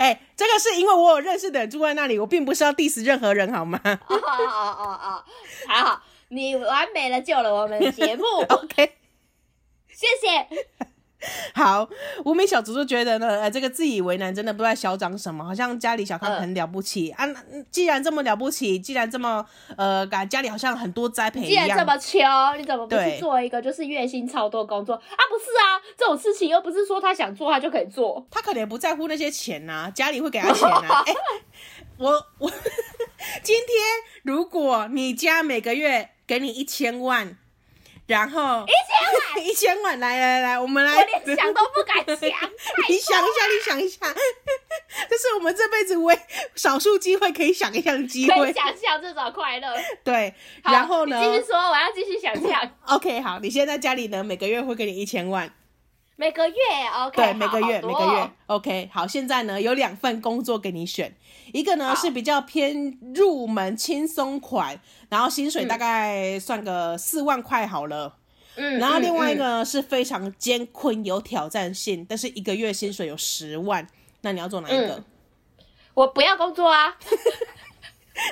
Speaker 1: 哎、这个是因为我有认识的人住在那里，我并不是要 diss 任何人，好吗
Speaker 2: 哦，哦哦哦哦，还好你完美的救了我们的节目，
Speaker 1: ？OK。
Speaker 2: 谢谢。
Speaker 1: 好，无名小卒就觉得呢，呃，这个自以为难真的不知道在嚣张什么，好像家里小
Speaker 2: 嗯
Speaker 1: 康很了不起、啊。那嗯既然这么了不起，既然这么呃，感家里好像很多栽培一
Speaker 2: 既然这
Speaker 1: 样，
Speaker 2: 么穷，你怎么不
Speaker 1: 对
Speaker 2: 去做一个就是月薪超多工作啊？不是啊，这种事情又不是说他想做他就可以做。
Speaker 1: 他可能也不在乎那些钱呐、家里会给他钱呐、 啊。哎、我我今天如果你家每个月给你一千万，然后一千万，一千万，来来来，我们来，
Speaker 2: 哎我连想都不敢想，
Speaker 1: 你想一下，你想一下，这是我们这辈子唯少数机会可以想一想的机
Speaker 2: 可
Speaker 1: 会
Speaker 2: 以。想象这种快乐。
Speaker 1: 对，
Speaker 2: 好
Speaker 1: 然后呢
Speaker 2: 你继续说，我要继续想象。
Speaker 1: ？OK，好，你现在家里呢，每个月会给你一千万，
Speaker 2: 每个月，OK，
Speaker 1: 对，
Speaker 2: 好
Speaker 1: 每个月、
Speaker 2: 好多
Speaker 1: 每
Speaker 2: 哦
Speaker 1: 个月，OK，好，现在呢有两份工作给你选，一个呢
Speaker 2: 好
Speaker 1: 是比较偏入门轻松款，然后薪水大概算个四万块好了，
Speaker 2: 嗯，
Speaker 1: 然后另外一
Speaker 2: 嗯
Speaker 1: 个呢是非常艰困有挑战性，但是一个月薪水有十万，那你要做哪一个？
Speaker 2: 嗯我不要工作啊，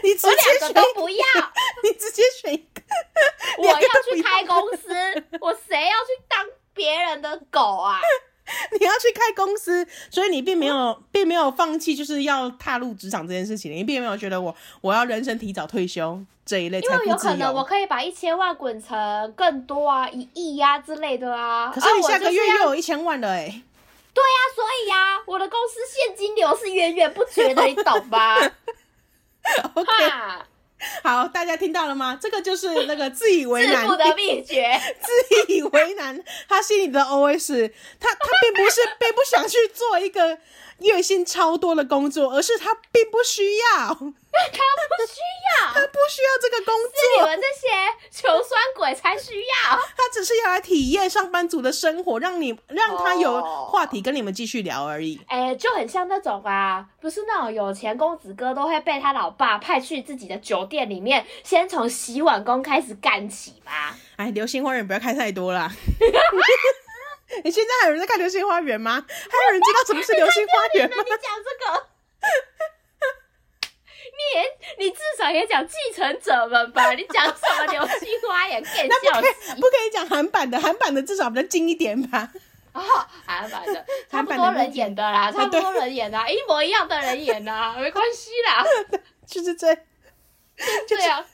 Speaker 1: 你直
Speaker 2: 我
Speaker 1: 接
Speaker 2: 两
Speaker 1: 选
Speaker 2: 个，都 不要，
Speaker 1: 你直接选一个，
Speaker 2: 我
Speaker 1: 两
Speaker 2: 要
Speaker 1: 个都不
Speaker 2: 去开公司，我谁要去当别人的狗啊？
Speaker 1: 你要去开公司，所以你并没有并没有放弃，就是要踏入职场这件事情，你并没有觉得我我要人生提早退休这一类
Speaker 2: 因
Speaker 1: 财
Speaker 2: 为
Speaker 1: 富
Speaker 2: 有
Speaker 1: 自
Speaker 2: 可能我
Speaker 1: 由。
Speaker 2: 可以把一千万滚成更多啊，一亿呀、之类的啊。
Speaker 1: 可是你
Speaker 2: 啊
Speaker 1: 下个月
Speaker 2: 我就是
Speaker 1: 又
Speaker 2: 要
Speaker 1: 有一千万了哎、 欸，
Speaker 2: 对呀、所以呀、我的公司现金流是源源不绝的，你懂 吧？哈，
Speaker 1: 好，大家听到了吗？这个就是那个自以为
Speaker 2: 致
Speaker 1: 难
Speaker 2: 富的秘诀。
Speaker 1: 自以为难，他心里的 OS，他他并不是并不想去做一个月薪超多的工作，而是他并不需要，他
Speaker 2: 他不需 要，
Speaker 1: 不需要这个工
Speaker 2: 是你
Speaker 1: 作，
Speaker 2: 们这些穷酸鬼才需要。
Speaker 1: 他只是要来体验上班族的生活，让你让他有
Speaker 2: 哦
Speaker 1: 话题跟你们继续聊而已。
Speaker 2: 哎、就很像那种啊，不是那种有钱公子哥都会被他老爸派去自己的酒店里面，先从洗碗工开始干 起吗？
Speaker 1: 哎，流星花园不要看太多 啦。 你现在还有人在看《流星花园》吗？还有人知道什么是《流星花园》
Speaker 2: 那
Speaker 1: 吗
Speaker 2: 你？讲这个，你也你至少也讲继承者们吧？你讲什 么流星花园更
Speaker 1: 那不
Speaker 2: 笑
Speaker 1: 可
Speaker 2: 死
Speaker 1: 以，？不可以讲韩版的，韩版的至少比较近一点吧。
Speaker 2: 哦，韩版的，差不多人演的啦，差
Speaker 1: 韩版
Speaker 2: 不
Speaker 1: 的
Speaker 2: 多人演的啊，一模一样的人演啊，没关系 啦，
Speaker 1: 就是这，
Speaker 2: 对啊，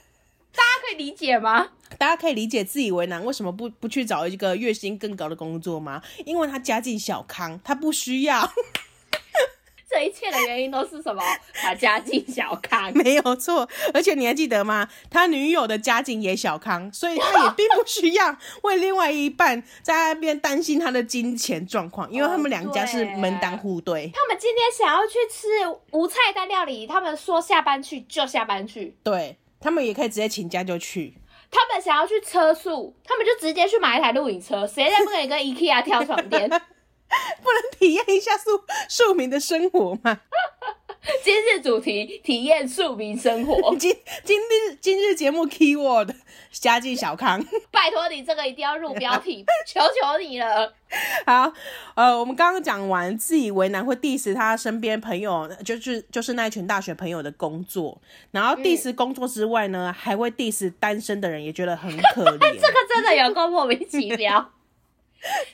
Speaker 2: 大家可以理解吗？
Speaker 1: 大家可以理解自以为难，为什么不不去找一个月薪更高的工作吗？因为他家境小康，他不需要，
Speaker 2: 这一切的原因都是什么？他家境小康，
Speaker 1: 没有错。而且你还记得吗？他女友的家境也小康，所以他也并不需要为另外一半在那边担心他的金钱状
Speaker 2: 哦
Speaker 1: 况，因为他们两家是门当户对。
Speaker 2: 他们今天想要去吃无菜单料理，他们说下班去就下班去；
Speaker 1: 对他们也可以直接请假就去，
Speaker 2: 他们想要去车速，他们就直接去买一台露营车。谁在不跟你跟 IKEA 跳床垫？
Speaker 1: 不能体验一下庶庶民的生活吗？
Speaker 2: 今日主题：体验庶民生活。
Speaker 1: 今今日今日节目 keyword 家境小康。
Speaker 2: 拜托你，这个一定要入标题，求求你了。
Speaker 1: 好，呃，我们刚刚讲完自以为难会 diss 他身边朋友，就是就是那一群大学朋友的工作，然后
Speaker 2: 嗯
Speaker 1: diss 工作之外呢，还会 diss 单身的人，也觉得很可怜。
Speaker 2: 这个真的有够莫名其 妙。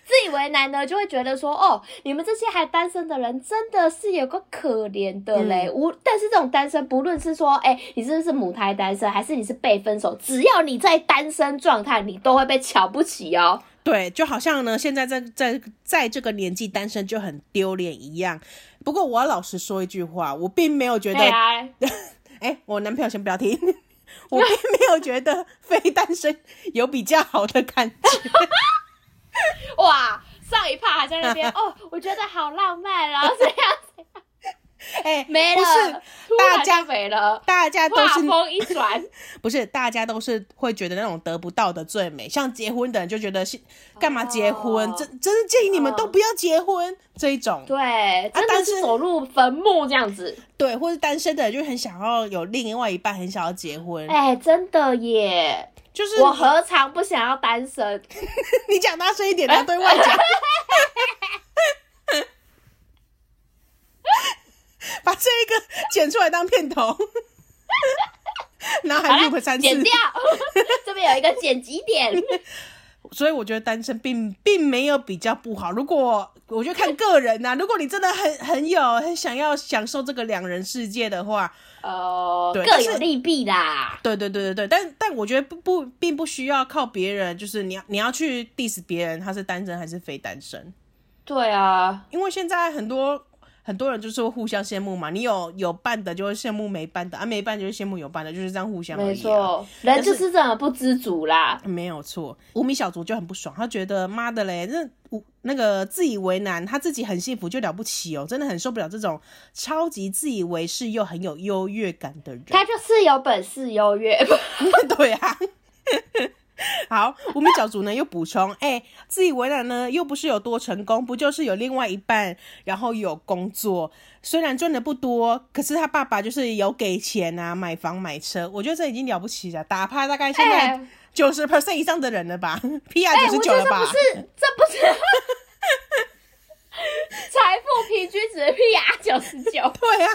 Speaker 2: 自以为难呢，就会觉得说，哦，你们这些还单身的人真的是有个可怜的嘞。无，但是这种单身，不论是说，哎、你是不是母胎单身，还是你是被分手，只要你在单身状态，你都会被瞧不起哦。
Speaker 1: 对，就好像呢，现在在在在这个年纪单身就很丢脸一样。不过我要老实说一句话，我并没有觉得，
Speaker 2: 对
Speaker 1: 哎、
Speaker 2: 啊，
Speaker 1: 我男朋友先不要听， 我并没有觉得非单身有比较好的感 觉。
Speaker 2: 哇，上一趴还在 那边，哦，我觉得好浪漫，然后 这样子
Speaker 1: 哎、
Speaker 2: 没
Speaker 1: 不
Speaker 2: 了，
Speaker 1: 是，
Speaker 2: 突
Speaker 1: 大
Speaker 2: 然
Speaker 1: 家
Speaker 2: 就没了，
Speaker 1: 大家都
Speaker 2: 画
Speaker 1: 是
Speaker 2: 风一转。
Speaker 1: 不是，大家都是会觉得那种得不到的最美，像结婚的人就觉得是干嘛结婚，
Speaker 2: 哦
Speaker 1: 真真是建议你们
Speaker 2: 嗯
Speaker 1: 都不要结婚、这一 种，
Speaker 2: 对，真
Speaker 1: 啊但
Speaker 2: 的
Speaker 1: 是
Speaker 2: 是走入坟墓这样子。
Speaker 1: 对，或是单身的人就很想要有另外一半，很想要结婚，
Speaker 2: 哎、真的耶！
Speaker 1: 就是
Speaker 2: 我何尝不想要单身？
Speaker 1: 你讲大 声一点，他对外讲， 把这一个剪出来当片头， 然后还
Speaker 2: 好
Speaker 1: loop
Speaker 2: 了，
Speaker 1: 三
Speaker 2: 剪
Speaker 1: 次
Speaker 2: 掉， 这边有一个剪辑点。
Speaker 1: 所以我觉得单身并并没有比较不好。如果我觉得看个人啊 呐、如果你真的很很有很想要享受这个两人世界的话，
Speaker 2: 哦、
Speaker 1: 对
Speaker 2: 各
Speaker 1: 但
Speaker 2: 有
Speaker 1: 是
Speaker 2: 利弊啦。
Speaker 1: 对对对对对，但但我觉得不不并不需要靠别人，就是你要你要去 diss 别人他是单身还是非单身，
Speaker 2: 对啊，
Speaker 1: 因为现在很多。很多人就是会互相羡慕嘛，你有有伴的就会羡慕没伴的，啊没伴就会羡慕有伴的，就是这样互相而已、啊。
Speaker 2: 没错，人
Speaker 1: 但
Speaker 2: 就是是这么不知足啦。
Speaker 1: 没有错，无名小卒就很不爽，他觉得妈的嘞，那无那个自以为难，他自己很幸福就了不起哦，真的很受不了这种超级自以为是又很有优越感的人。
Speaker 2: 他就是有本事优越，
Speaker 1: 对啊。好，无名小卒呢又补充，哎、自以为然呢又不是有多成功，不就是有另外一半，然后有工作，虽然赚的不多，可是他爸爸就是有给钱啊，买房买车，我觉得这已经了不起了，打趴大概现在
Speaker 2: 哎
Speaker 1: 九十 percent 以上的人了吧
Speaker 2: 哎、
Speaker 1: ，PR 九
Speaker 2: 我
Speaker 1: 十
Speaker 2: 觉
Speaker 1: 九
Speaker 2: 得
Speaker 1: 了
Speaker 2: 这
Speaker 1: 吧？
Speaker 2: 不 是，这不是财富平均值 PR 九十九。
Speaker 1: 对 啊，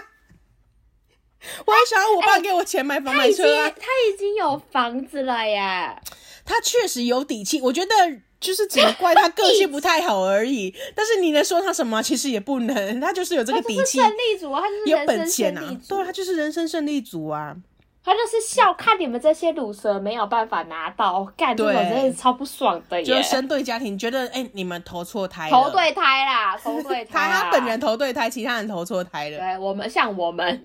Speaker 1: 我还想要我爸给我 钱买房
Speaker 2: 哎他
Speaker 1: 买
Speaker 2: 已经
Speaker 1: 车啊，
Speaker 2: 他已经有房子了耶，
Speaker 1: 他确实有底气，我觉得就是只能怪他个性不太好而已。但是你能说他什么？啊其实也不能，他就是有这个
Speaker 2: 他就
Speaker 1: 底
Speaker 2: 是
Speaker 1: 气，
Speaker 2: 胜利组，他就是
Speaker 1: 有
Speaker 2: 人
Speaker 1: 本
Speaker 2: 生
Speaker 1: 钱
Speaker 2: 胜利
Speaker 1: 啊！
Speaker 2: 组，
Speaker 1: 对，他就是人生胜利组啊！
Speaker 2: 他就是笑看你们这些卤蛇没有办法拿到，干这种
Speaker 1: 对
Speaker 2: 真的超不爽的
Speaker 1: 就
Speaker 2: 耶
Speaker 1: 是！生对家庭，觉得哎、你们投错胎了，
Speaker 2: 投对胎 啦，投对胎
Speaker 1: 他
Speaker 2: 啊啦
Speaker 1: 他本人投对胎，其他人投错胎了。
Speaker 2: 对我们像我们，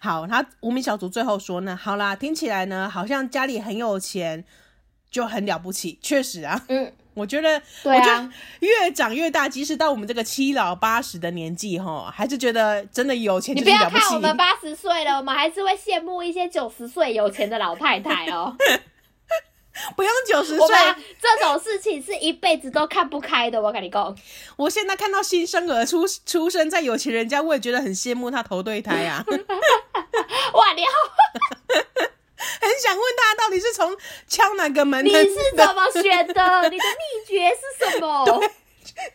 Speaker 1: 好，他无名小卒最后说呢，好啦，听起来呢好像家里很有钱，就很了不起，确实啊。
Speaker 2: 嗯，
Speaker 1: 我觉得，
Speaker 2: 对
Speaker 1: 我觉得
Speaker 2: 啊，
Speaker 1: 越长越大，即使到我们这个七老八十的年纪，哈，还是觉得真的有钱
Speaker 2: 你
Speaker 1: 就
Speaker 2: 不
Speaker 1: 是
Speaker 2: 要
Speaker 1: 了
Speaker 2: 看我
Speaker 1: 起。
Speaker 2: 们八十岁了，我们还是会羡慕一些九十岁有钱的老太太 哦。
Speaker 1: 不用九十
Speaker 2: 我
Speaker 1: 岁
Speaker 2: 们，啊这种事情是一辈子都看不开的，我跟你讲。
Speaker 1: 我现在看到新生儿出出生在有钱人家，我也觉得很羡慕他投对胎啊， 很
Speaker 2: 哇， 你好，
Speaker 1: 想问他到底是从敲哪个门
Speaker 2: 你
Speaker 1: 的
Speaker 2: 是怎么选的？你的秘诀是 什么？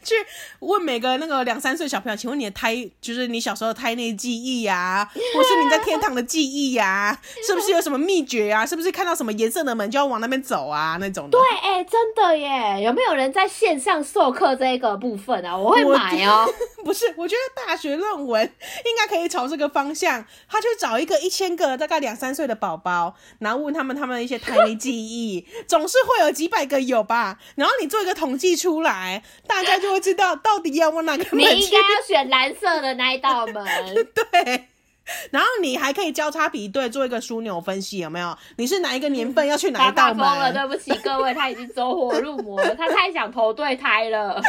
Speaker 1: 去问每个那个两三岁小朋友，请问你的胎就是你小时候的胎内记忆呀、
Speaker 2: 啊
Speaker 1: 或是你在天堂的记忆呀、 是不是有什么秘诀呀、是不是看到什么颜色的门就要往那边走啊？那种的。
Speaker 2: 对，哎、真的耶，有没有人在线上授课这个部分啊？我会
Speaker 1: 我
Speaker 2: 买哦、
Speaker 1: 不是，我觉得大学论文应该可以朝这个方向，他去找一个一千个大概两三岁的宝宝，然后问他们他们的一些胎内记 忆，总是会有几百个有吧？然后你做一个统计出来，大家就会知道到底要往哪个
Speaker 2: 你
Speaker 1: 门去。
Speaker 2: 应该要选蓝色的那一道 门，
Speaker 1: 对，然后你还可以交叉比对，做一个枢纽分析，有没有？你是哪一个年份要去哪
Speaker 2: 他
Speaker 1: 一
Speaker 2: 发
Speaker 1: 道
Speaker 2: 疯了，
Speaker 1: 门？
Speaker 2: 对不起各位，他已经走火入魔了，他 太想投对胎 了。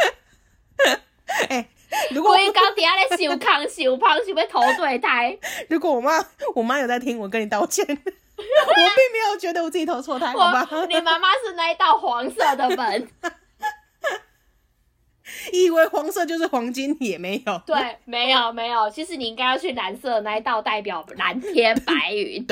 Speaker 1: 哎、如果
Speaker 2: 我一高底下在想康想胖，想要投对胎，
Speaker 1: 如果我妈我妈有在听，我跟你道歉， 我并没有觉得我自己投错胎，好吧？
Speaker 2: 我 你妈妈是那一道黄色的 门，
Speaker 1: 以为黄色就是黄金也没有，
Speaker 2: 对，没有没有，其实你应该要去蓝色的那一道，代表蓝天白云。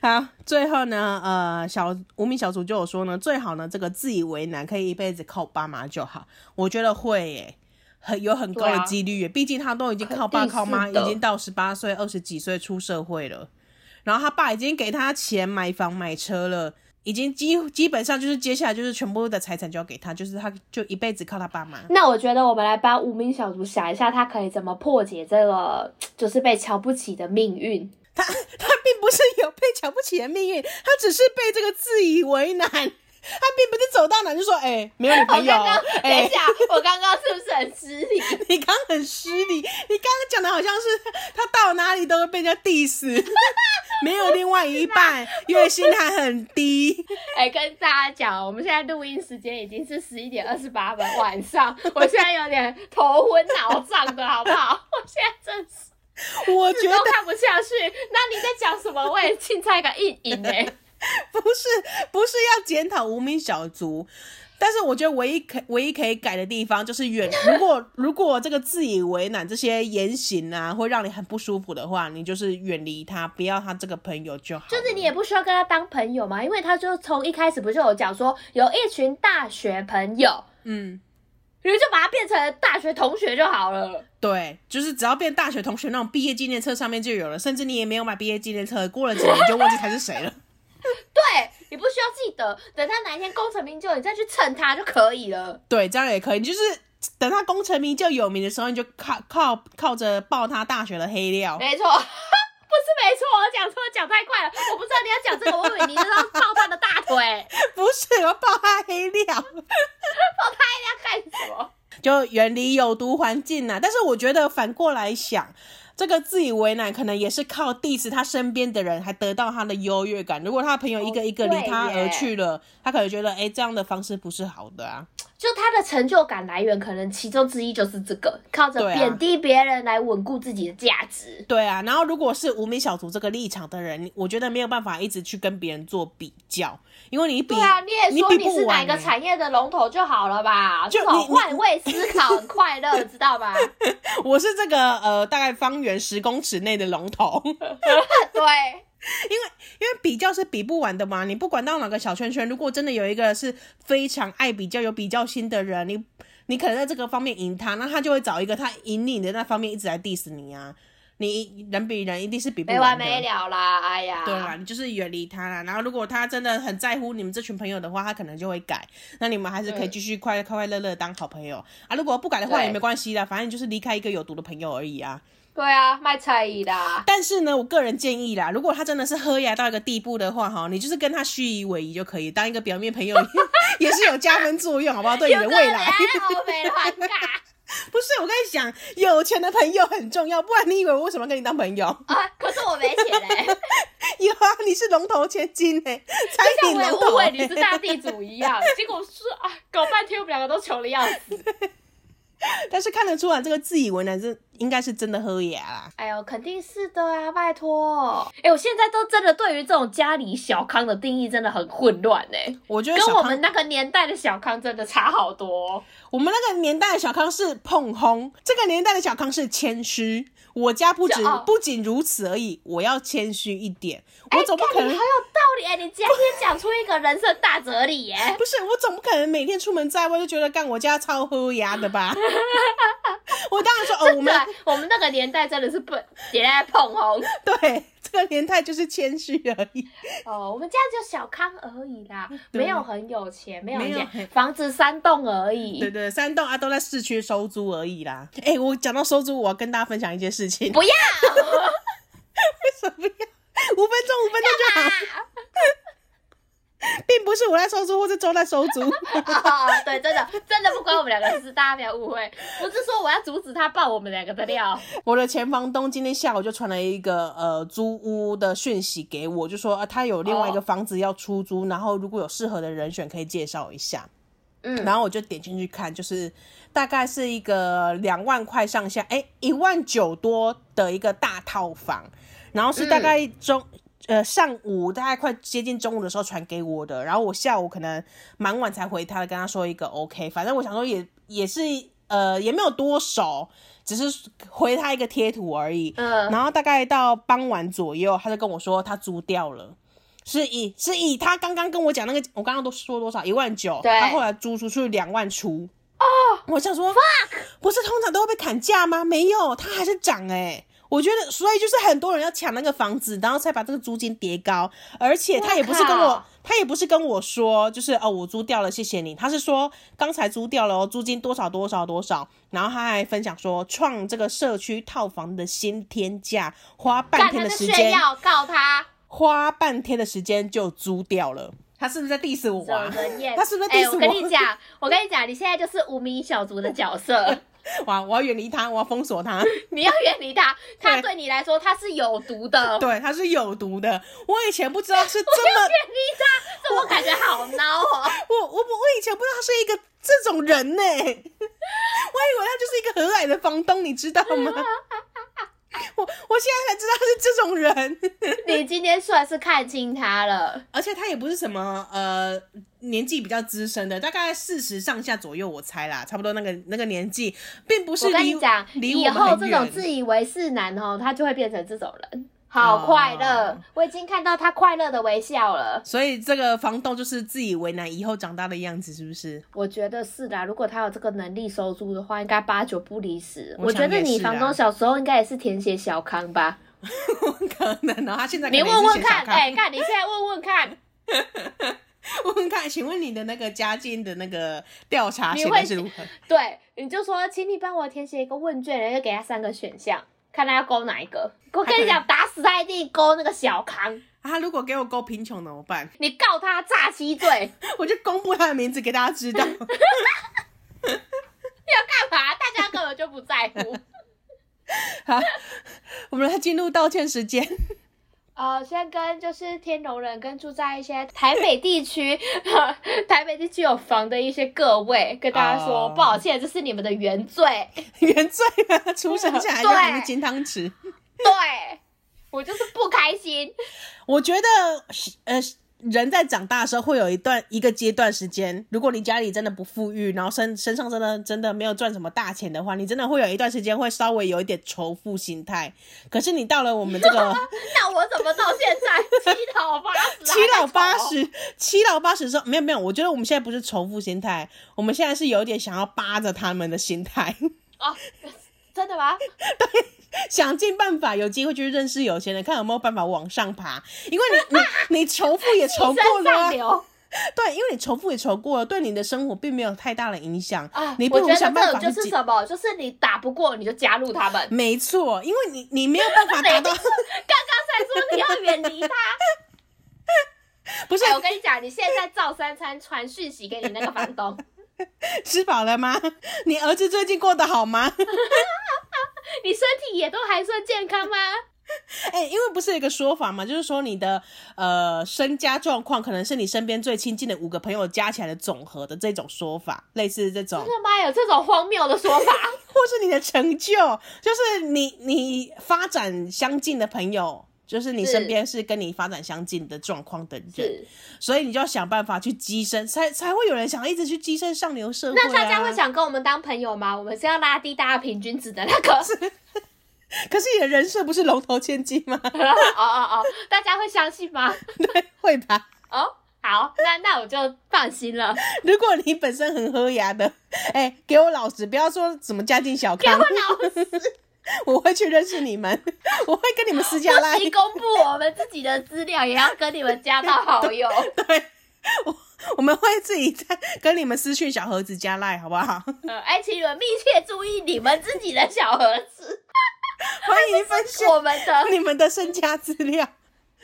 Speaker 1: 好，最后呢，呃，小无名小卒就有说呢，最好呢，这个自以为难，可以一辈子靠爸妈就好。我觉得会耶，很有很高
Speaker 2: 对
Speaker 1: 的
Speaker 2: 啊
Speaker 1: 几率耶，毕竟他都已经靠
Speaker 2: 肯定
Speaker 1: 爸靠妈，
Speaker 2: 是
Speaker 1: 已
Speaker 2: 的
Speaker 1: 经到十八岁、二十几岁出社会了，然后他爸已经给他钱买房买车了。已经基基本上就是接下来就是全部的财产就要给他，就是他就一辈子靠他爸妈。
Speaker 2: 那我觉得我们来帮无名小卒想一下，他可以怎么破解这个就是被瞧不起的命运。
Speaker 1: 他他并不是有被瞧不起的命运，他只是被这个自以为难。他并不是走到哪就说，哎、没有女
Speaker 2: 我
Speaker 1: 朋
Speaker 2: 刚
Speaker 1: 友
Speaker 2: 刚、，
Speaker 1: 哎、
Speaker 2: 等一下，我刚刚是不是很失礼？
Speaker 1: 你刚刚很失礼，你刚刚讲的好像是他到哪里都会被人家 diss，没有另外一半，月薪还很低。
Speaker 2: 哎、跟大家讲，我们现在录音时间已经是十一点二十八分，晚上，我现在有点头昏脑胀的，好不好？我现在真是
Speaker 1: 我觉
Speaker 2: 都
Speaker 1: 得
Speaker 2: 看不下去。那你在讲什么？我也青菜感一 饮哎。
Speaker 1: 不是不是要检讨无名小卒，但是我觉得唯一可唯一可以改的地方就是远。如果如果这个自以为难这些言行啊，会让你很不舒服的话，你就是远离他，不要他这个朋友就好了。
Speaker 2: 就是你也不需要跟他当朋友嘛，因为他就从一开始不就有讲说有一群大学朋友，
Speaker 1: 嗯。
Speaker 2: 你就把他变成大学同学就好了。
Speaker 1: 对，就是只要变大学同学那种毕业纪念册上面就有了，甚至你也没有买毕业纪念册，过了几年就忘记他是谁了。
Speaker 2: 对你不需要记得，等他哪一天功成名就，你再去蹭他就可以了。
Speaker 1: 对，这样也可以。你就是等他功成名就有名的时候，你就靠靠靠着爆他大学的黑料。
Speaker 2: 没错，不 是没错，我讲错讲太快了，我不知道你要讲这个，我以为你是要抱他的大 腿，要
Speaker 1: 哎不是，我爆他黑料，
Speaker 2: 干什么？
Speaker 1: 就远离有毒环境呐、但是我觉得反过来想。这个自以为难，可能也是靠 diss 他身边的人，还得到他的优越感。如果他的朋友一个一个离他而去了，他可能觉得，哎，这样的方式不是好的啊。
Speaker 2: 就他的成就感来源，可能其中之一就是这个，靠着
Speaker 1: 对啊
Speaker 2: 贬低别人来稳固自己的价值。
Speaker 1: 对啊，然后如果是无名小卒这个立场的人，我觉得没有办法一直去跟别人做比较，因为你比
Speaker 2: 对啊，你也说
Speaker 1: 比
Speaker 2: 你
Speaker 1: 不
Speaker 2: 是哪
Speaker 1: 完
Speaker 2: 个
Speaker 1: 欸
Speaker 2: 产业的龙头就好了吧？
Speaker 1: 就
Speaker 2: 这种
Speaker 1: 你你
Speaker 2: 换位思考很快乐，知 道吧？
Speaker 1: 我是这个呃，大概方圆十公尺内的龙头， 因
Speaker 2: 对。
Speaker 1: 为比较是比不完的嘛。你不管到哪个小圈圈，如果真的有一个是非常爱比较、有比较心的人，你你可能在这个方面赢他，那他就会找一个他赢你的那方面一直来 diss 你啊。你人比人一定是比不
Speaker 2: 没完
Speaker 1: 完的。
Speaker 2: 没了啦，哎呀，
Speaker 1: 对啊啦，你就是远离他啦。然后，如果他真的很在乎你们这群朋友的话，他可能就会改。那你们还是可以
Speaker 2: 嗯
Speaker 1: 继续快、快快乐乐地当好朋友啊。如果不改的话
Speaker 2: 对
Speaker 1: 也没关系啦，反正你就是离开一个有毒的朋友而已啊。
Speaker 2: 对啊，卖菜艺啦，
Speaker 1: 但是呢，我个人建议啦，如果他真的是喝牙到一个地步的话，哈，你就是跟他虚以委蛇就可以，当一个表面朋友 也是有加分作用，好不好？对你的
Speaker 2: 有啊
Speaker 1: 未来，
Speaker 2: 我没乱尬
Speaker 1: 不是我跟你讲，有钱的朋友很重要，不然你以为我为什么跟你当朋友？
Speaker 2: 啊，可是我没钱嘞、欸，
Speaker 1: 有啊，你是龙头千金哎、彩
Speaker 2: 像
Speaker 1: 顶
Speaker 2: 我也
Speaker 1: 龙头、
Speaker 2: 误
Speaker 1: 欸
Speaker 2: 会你是大地主一 样，结果是啊，搞半天我们两个都穷的要死。
Speaker 1: 但是看得出来，这个自以为男生应该是真的喝牙啦。
Speaker 2: 哎呦，肯定是的啊，拜托。哎、我现在都真的对于这种家里小康的定义真的很混乱哎、
Speaker 1: 我觉得
Speaker 2: 跟
Speaker 1: 小康，
Speaker 2: 我
Speaker 1: 我们
Speaker 2: 们那个年代的小康真的差好多哦、
Speaker 1: 那个年代的小康是碰轰，这个年代的小康是谦虚。我家不止
Speaker 2: 是哦
Speaker 1: 不仅如此而已，我要谦虚一点，
Speaker 2: 哎，
Speaker 1: 我总不可
Speaker 2: 干
Speaker 1: 能
Speaker 2: 你好有道理哎、你今天讲出一个人生大哲理哎耶、
Speaker 1: 不是，我总不可能每天出门在外就觉得干我家超喝牙的 吧？我当然说哦，我
Speaker 2: 对啊
Speaker 1: 们，
Speaker 2: 我们那个年代真的是不也在碰 红
Speaker 1: 对这个年代就是谦虚而已。
Speaker 2: 哦，我们家就小康而已啦，
Speaker 1: 对
Speaker 2: 没有很有钱，没有
Speaker 1: 没有
Speaker 2: 很
Speaker 1: 很
Speaker 2: 钱，房子三栋而
Speaker 1: 对
Speaker 2: 已。
Speaker 1: 对，山洞啊都在市区收租而已啦。哎、我讲到收租，我要跟大家分享一件事情。
Speaker 2: 不要
Speaker 1: 为什么要？ 五分钟，五分钟就好，并不是我在收租，或是周在收租。
Speaker 2: 啊、哦！ 对，真的真的不关我们两个事，大家不要误会。不是说我要阻止他爆我们两个的料，
Speaker 1: 我的前房东今天下午就传了一个呃租屋的讯息给我，就说啊他有另外一个
Speaker 2: 哦
Speaker 1: 房子要出租，然后如果有适合的人选可以介绍一下。
Speaker 2: 嗯，
Speaker 1: 然后我就点进去看，就是大概是一个两万块上下，哎，一万九多的一个大套房，然后是大概中。呃，上午大概快接近中午的时候传给我的，然后我下午可能蛮晚才回他的，跟他说一个 OK，反正我想说也也是呃也没有多熟，只是回他一个贴图而已。
Speaker 2: 嗯
Speaker 1: 然后大概到傍晚左右，他就跟我说他租掉了。是以是以他刚刚跟我讲那个，我刚刚都说多少一万九，
Speaker 2: 对
Speaker 1: 他后来租出去两万出。哦，我想说，不是通常都会被砍价吗？没有，它还是涨哎、我觉得，所以就是很多人要抢那个房子，然后才把这个租金叠高，而且他也不是跟
Speaker 2: 我
Speaker 1: 我
Speaker 2: 靠，
Speaker 1: 他也不是跟我说，就是哦，我租掉了，谢谢你。他是说刚才租掉了哦，租金多少多少多少，然后他还分享说创这个社区套房的新天价，花半
Speaker 2: 干
Speaker 1: 天
Speaker 2: 他
Speaker 1: 的
Speaker 2: 在
Speaker 1: 时
Speaker 2: 炫
Speaker 1: 间，
Speaker 2: 耀告他
Speaker 1: 花半天的时间就租掉了。他是不是在 diss 我
Speaker 2: 惹
Speaker 1: 啊？
Speaker 2: 人厌。
Speaker 1: 他是不是在
Speaker 2: 哎、
Speaker 1: diss
Speaker 2: 我跟你讲，我跟你讲，你现在就是无名小卒的角色。
Speaker 1: 哇，我要远离他，我要封锁他。
Speaker 2: 你要远离他，他
Speaker 1: 对
Speaker 2: 对你来说他是有毒的。
Speaker 1: 对，他是有毒的。我以前不知道是这 么，
Speaker 2: 远离他，怎么感觉好孬 哦？
Speaker 1: 我我我我以前不知道他是一个这种 人呢、我以为他就是一个和蔼的房东，你知道吗？ 我我现在才知道他是这种人，
Speaker 2: 你今天算是看清他了，
Speaker 1: 而且他也不是什么呃年纪比较资深的，大概四十上下左右，我猜啦，差不多那个那个年纪，并不是
Speaker 2: 我跟
Speaker 1: 离
Speaker 2: 你讲，
Speaker 1: 离
Speaker 2: 以
Speaker 1: 我们
Speaker 2: 后
Speaker 1: 很
Speaker 2: 这
Speaker 1: 远。
Speaker 2: 种自以为是男哦，他就会变成这种人，好快乐。
Speaker 1: 哦
Speaker 2: 我已经看到他快乐的微笑了，
Speaker 1: 所以这个房东就是自以为难，以后长大的样子是不是？
Speaker 2: 我觉得是啦。如果他有这个能力收租的话，应该八九不离十。
Speaker 1: 我
Speaker 2: 我觉
Speaker 1: 想
Speaker 2: 得
Speaker 1: 也
Speaker 2: 你
Speaker 1: 是啦
Speaker 2: 房东小时候应该也是填写小康吧？
Speaker 1: 可能哦，他现在可
Speaker 2: 你
Speaker 1: 能
Speaker 2: 问
Speaker 1: 也是
Speaker 2: 问
Speaker 1: 写小
Speaker 2: 看，
Speaker 1: 康
Speaker 2: 哎、看你现在问问看，
Speaker 1: 问问看，请问你的那个家境的那个调查
Speaker 2: 你
Speaker 1: 显
Speaker 2: 会
Speaker 1: 得是如何？
Speaker 2: 对，你就说，请你帮我填写一个问卷，然后就给他三个选项，看他要勾哪一个。我跟你讲，打死他一定勾那个小康，
Speaker 1: 啊，他如果给我勾贫穷怎么办？
Speaker 2: 你告他诈欺罪，要
Speaker 1: 我就公布他的名字给大家知 道。
Speaker 2: 干嘛？大家根本就不在乎。
Speaker 1: 好，我们来进入道歉时间。
Speaker 2: 呃，先跟就是天龙人跟住在一些台北地区， 台北地区有房的一些各位，跟大家说
Speaker 1: 哦
Speaker 2: 抱歉，这是你们的原罪。
Speaker 1: 原罪啊，出生下来就
Speaker 2: 对
Speaker 1: 含着金汤匙。
Speaker 2: 对，我就是不开心。
Speaker 1: 我觉得，呃，人在长大的时候会有一段一个阶段时间，如果你家里真的不富裕，然后身身上真的真的没有赚什么大钱的话，你真的会有一段时间会稍微有一点仇富心态。可是你到了我们这个
Speaker 2: 那我怎么到现在七老八十？
Speaker 1: 七老八。十，七老八十的时候没有没有，我觉得我们现在不是仇富心态，我们现在是有一点想要扒着他们的心态。
Speaker 2: 哦，真的吗？
Speaker 1: 想尽办法，有机会去认识有钱人，看有没有办法往上爬。因为你你你仇富也 仇过了、啊
Speaker 2: 上，流
Speaker 1: 对，因为你仇富也仇过了，对你的生活并没有太大的影响
Speaker 2: 啊！
Speaker 1: 你不
Speaker 2: 我觉
Speaker 1: 如
Speaker 2: 得
Speaker 1: 想办
Speaker 2: 这
Speaker 1: 法
Speaker 2: 种
Speaker 1: 去
Speaker 2: 就是
Speaker 1: 解。
Speaker 2: 什么，就是你打不过你就加入他们。
Speaker 1: 没错，因为你你没有办法达到，
Speaker 2: 刚刚才说你要远离他，
Speaker 1: 不是
Speaker 2: 哎我跟你讲，你现在照三餐传讯息给你那个房东，
Speaker 1: 吃饱了吗？ 你儿子最近过得好吗？
Speaker 2: 你身体也都还算健康吗？
Speaker 1: 哎、因为不是有一个说法嘛，就是说你的呃身家状况可能是你身边最亲近的五个朋友加起来的总和的这种说法，类似这种
Speaker 2: 真，的吗？有这种荒谬的 说法？
Speaker 1: 或是你的成就，就是你你发展相近的朋友。就是你
Speaker 2: 是
Speaker 1: 身边是跟你发展相近的状况的人，
Speaker 2: 是，
Speaker 1: 所以你就要想办法去跻身，才才会有人想要一直去跻身上流社会、啊。
Speaker 2: 那大家会想跟我们当朋友吗？我们是要拉低大家平均值的那个。
Speaker 1: 可是你的人设不是龙头千金吗？
Speaker 2: 哦哦哦，大家会相信吗？
Speaker 1: 对，会吧？
Speaker 2: 哦，好，那那我就放心了。
Speaker 1: 如果你本身很喝牙的，哎、给我老实，不要说什么家境小
Speaker 2: 给我
Speaker 1: 康，
Speaker 2: 老师
Speaker 1: 我会去认识你们， 我会跟你们私下拉
Speaker 2: 不，行公布我们自己的资料，也要跟你们加到好友。呃
Speaker 1: 对，我我们会自己在跟你们私讯小盒子加赖，好不好？
Speaker 2: 呃，爱情人密切注意你们自己的小盒子，
Speaker 1: 欢迎分享
Speaker 2: 我们的
Speaker 1: 你们的身家资 料。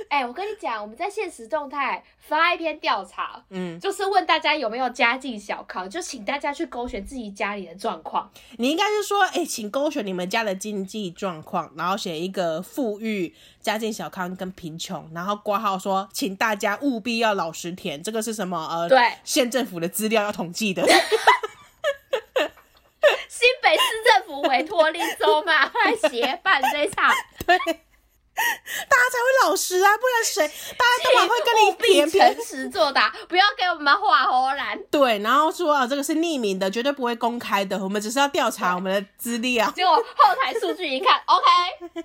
Speaker 2: 哎、我跟你讲，我们在现实动态发一篇调查，
Speaker 1: 嗯，
Speaker 2: 就是问大家有没有家境小康，就请大家去勾选自己家里的状况。
Speaker 1: 你应该是说，哎、请勾选你们家的经济状况，然后写一个富裕、家境小康跟贫穷，然后挂号说，请大家务必要老实填，这个是什么？呃，
Speaker 2: 对
Speaker 1: 县政府的资料要统计的。
Speaker 2: 新北市政府委托林州嘛来 协办这一场，
Speaker 1: 大家才会老实啊，不然谁大家都还会
Speaker 2: 务
Speaker 1: 跟你
Speaker 2: 必
Speaker 1: 填评
Speaker 2: 诚实作答，不要给我们画红蓝。
Speaker 1: 对，然后说啊，这个是匿名的，绝对不会公开的，我们只是要调查我们的资啊料。
Speaker 2: 结果后台数据一 看，OK，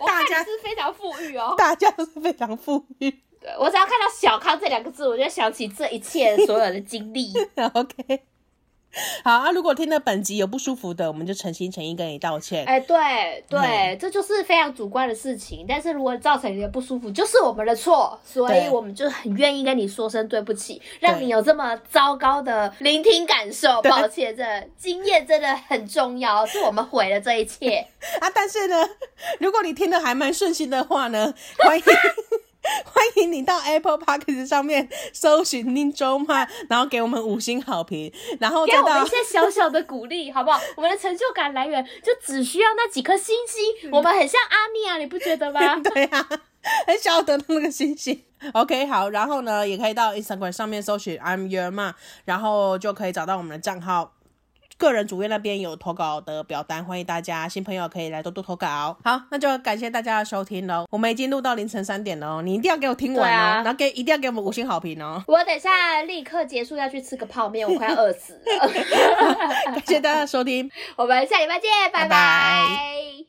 Speaker 2: 我看
Speaker 1: 大家
Speaker 2: 你是非常富裕哦。
Speaker 1: 大家都是非常富裕
Speaker 2: 对我只要看到“小康”这两个字，我就想起这一切所有的经历。
Speaker 1: ，OK。好啊，如果听了本集有不舒服的，我们就诚心诚意跟你道歉。
Speaker 2: 哎、对对，这就是非常主观的事情。但是如果造成你的不舒服，就是我们的错，所以
Speaker 1: 对
Speaker 2: 我们就很愿意跟你说声对不起，让你有这么糟糕的聆听感受。
Speaker 1: 对
Speaker 2: 抱歉，这经验真的很重要，是我们毁了这一切。
Speaker 1: 啊，但是呢，如果你听的还蛮顺心的话呢， 欢迎欢迎你到 Apple Podcast 上面搜寻林州嘛，然后给我们五星好评，然后
Speaker 2: 给
Speaker 1: 再
Speaker 2: 我们
Speaker 1: 到
Speaker 2: 一些小小的鼓励，好不好？我们的成就感来源就只需要那几颗星星，我们很像阿米啊，你不觉得吗？
Speaker 1: 对呀、很想要得到那个星星。OK，好，然后呢，也可以到 Instagram 上面搜寻 I'm Your Ma，然后就可以找到我们的账号。个人主页那边有投稿的表单，欢迎大家新朋友可以来多多投稿。好，那就感谢大家的收听喽。我们已经录到凌晨三点喽，你一定要给我听完
Speaker 2: 对
Speaker 1: 哦，
Speaker 2: 啊
Speaker 1: 然后给一定要给我们五星好评哦。
Speaker 2: 我等一下立刻结束，要去吃个泡面，我快要饿死了。
Speaker 1: 感谢大家的收听，
Speaker 2: 我们下礼拜见，拜
Speaker 1: 拜拜
Speaker 2: 拜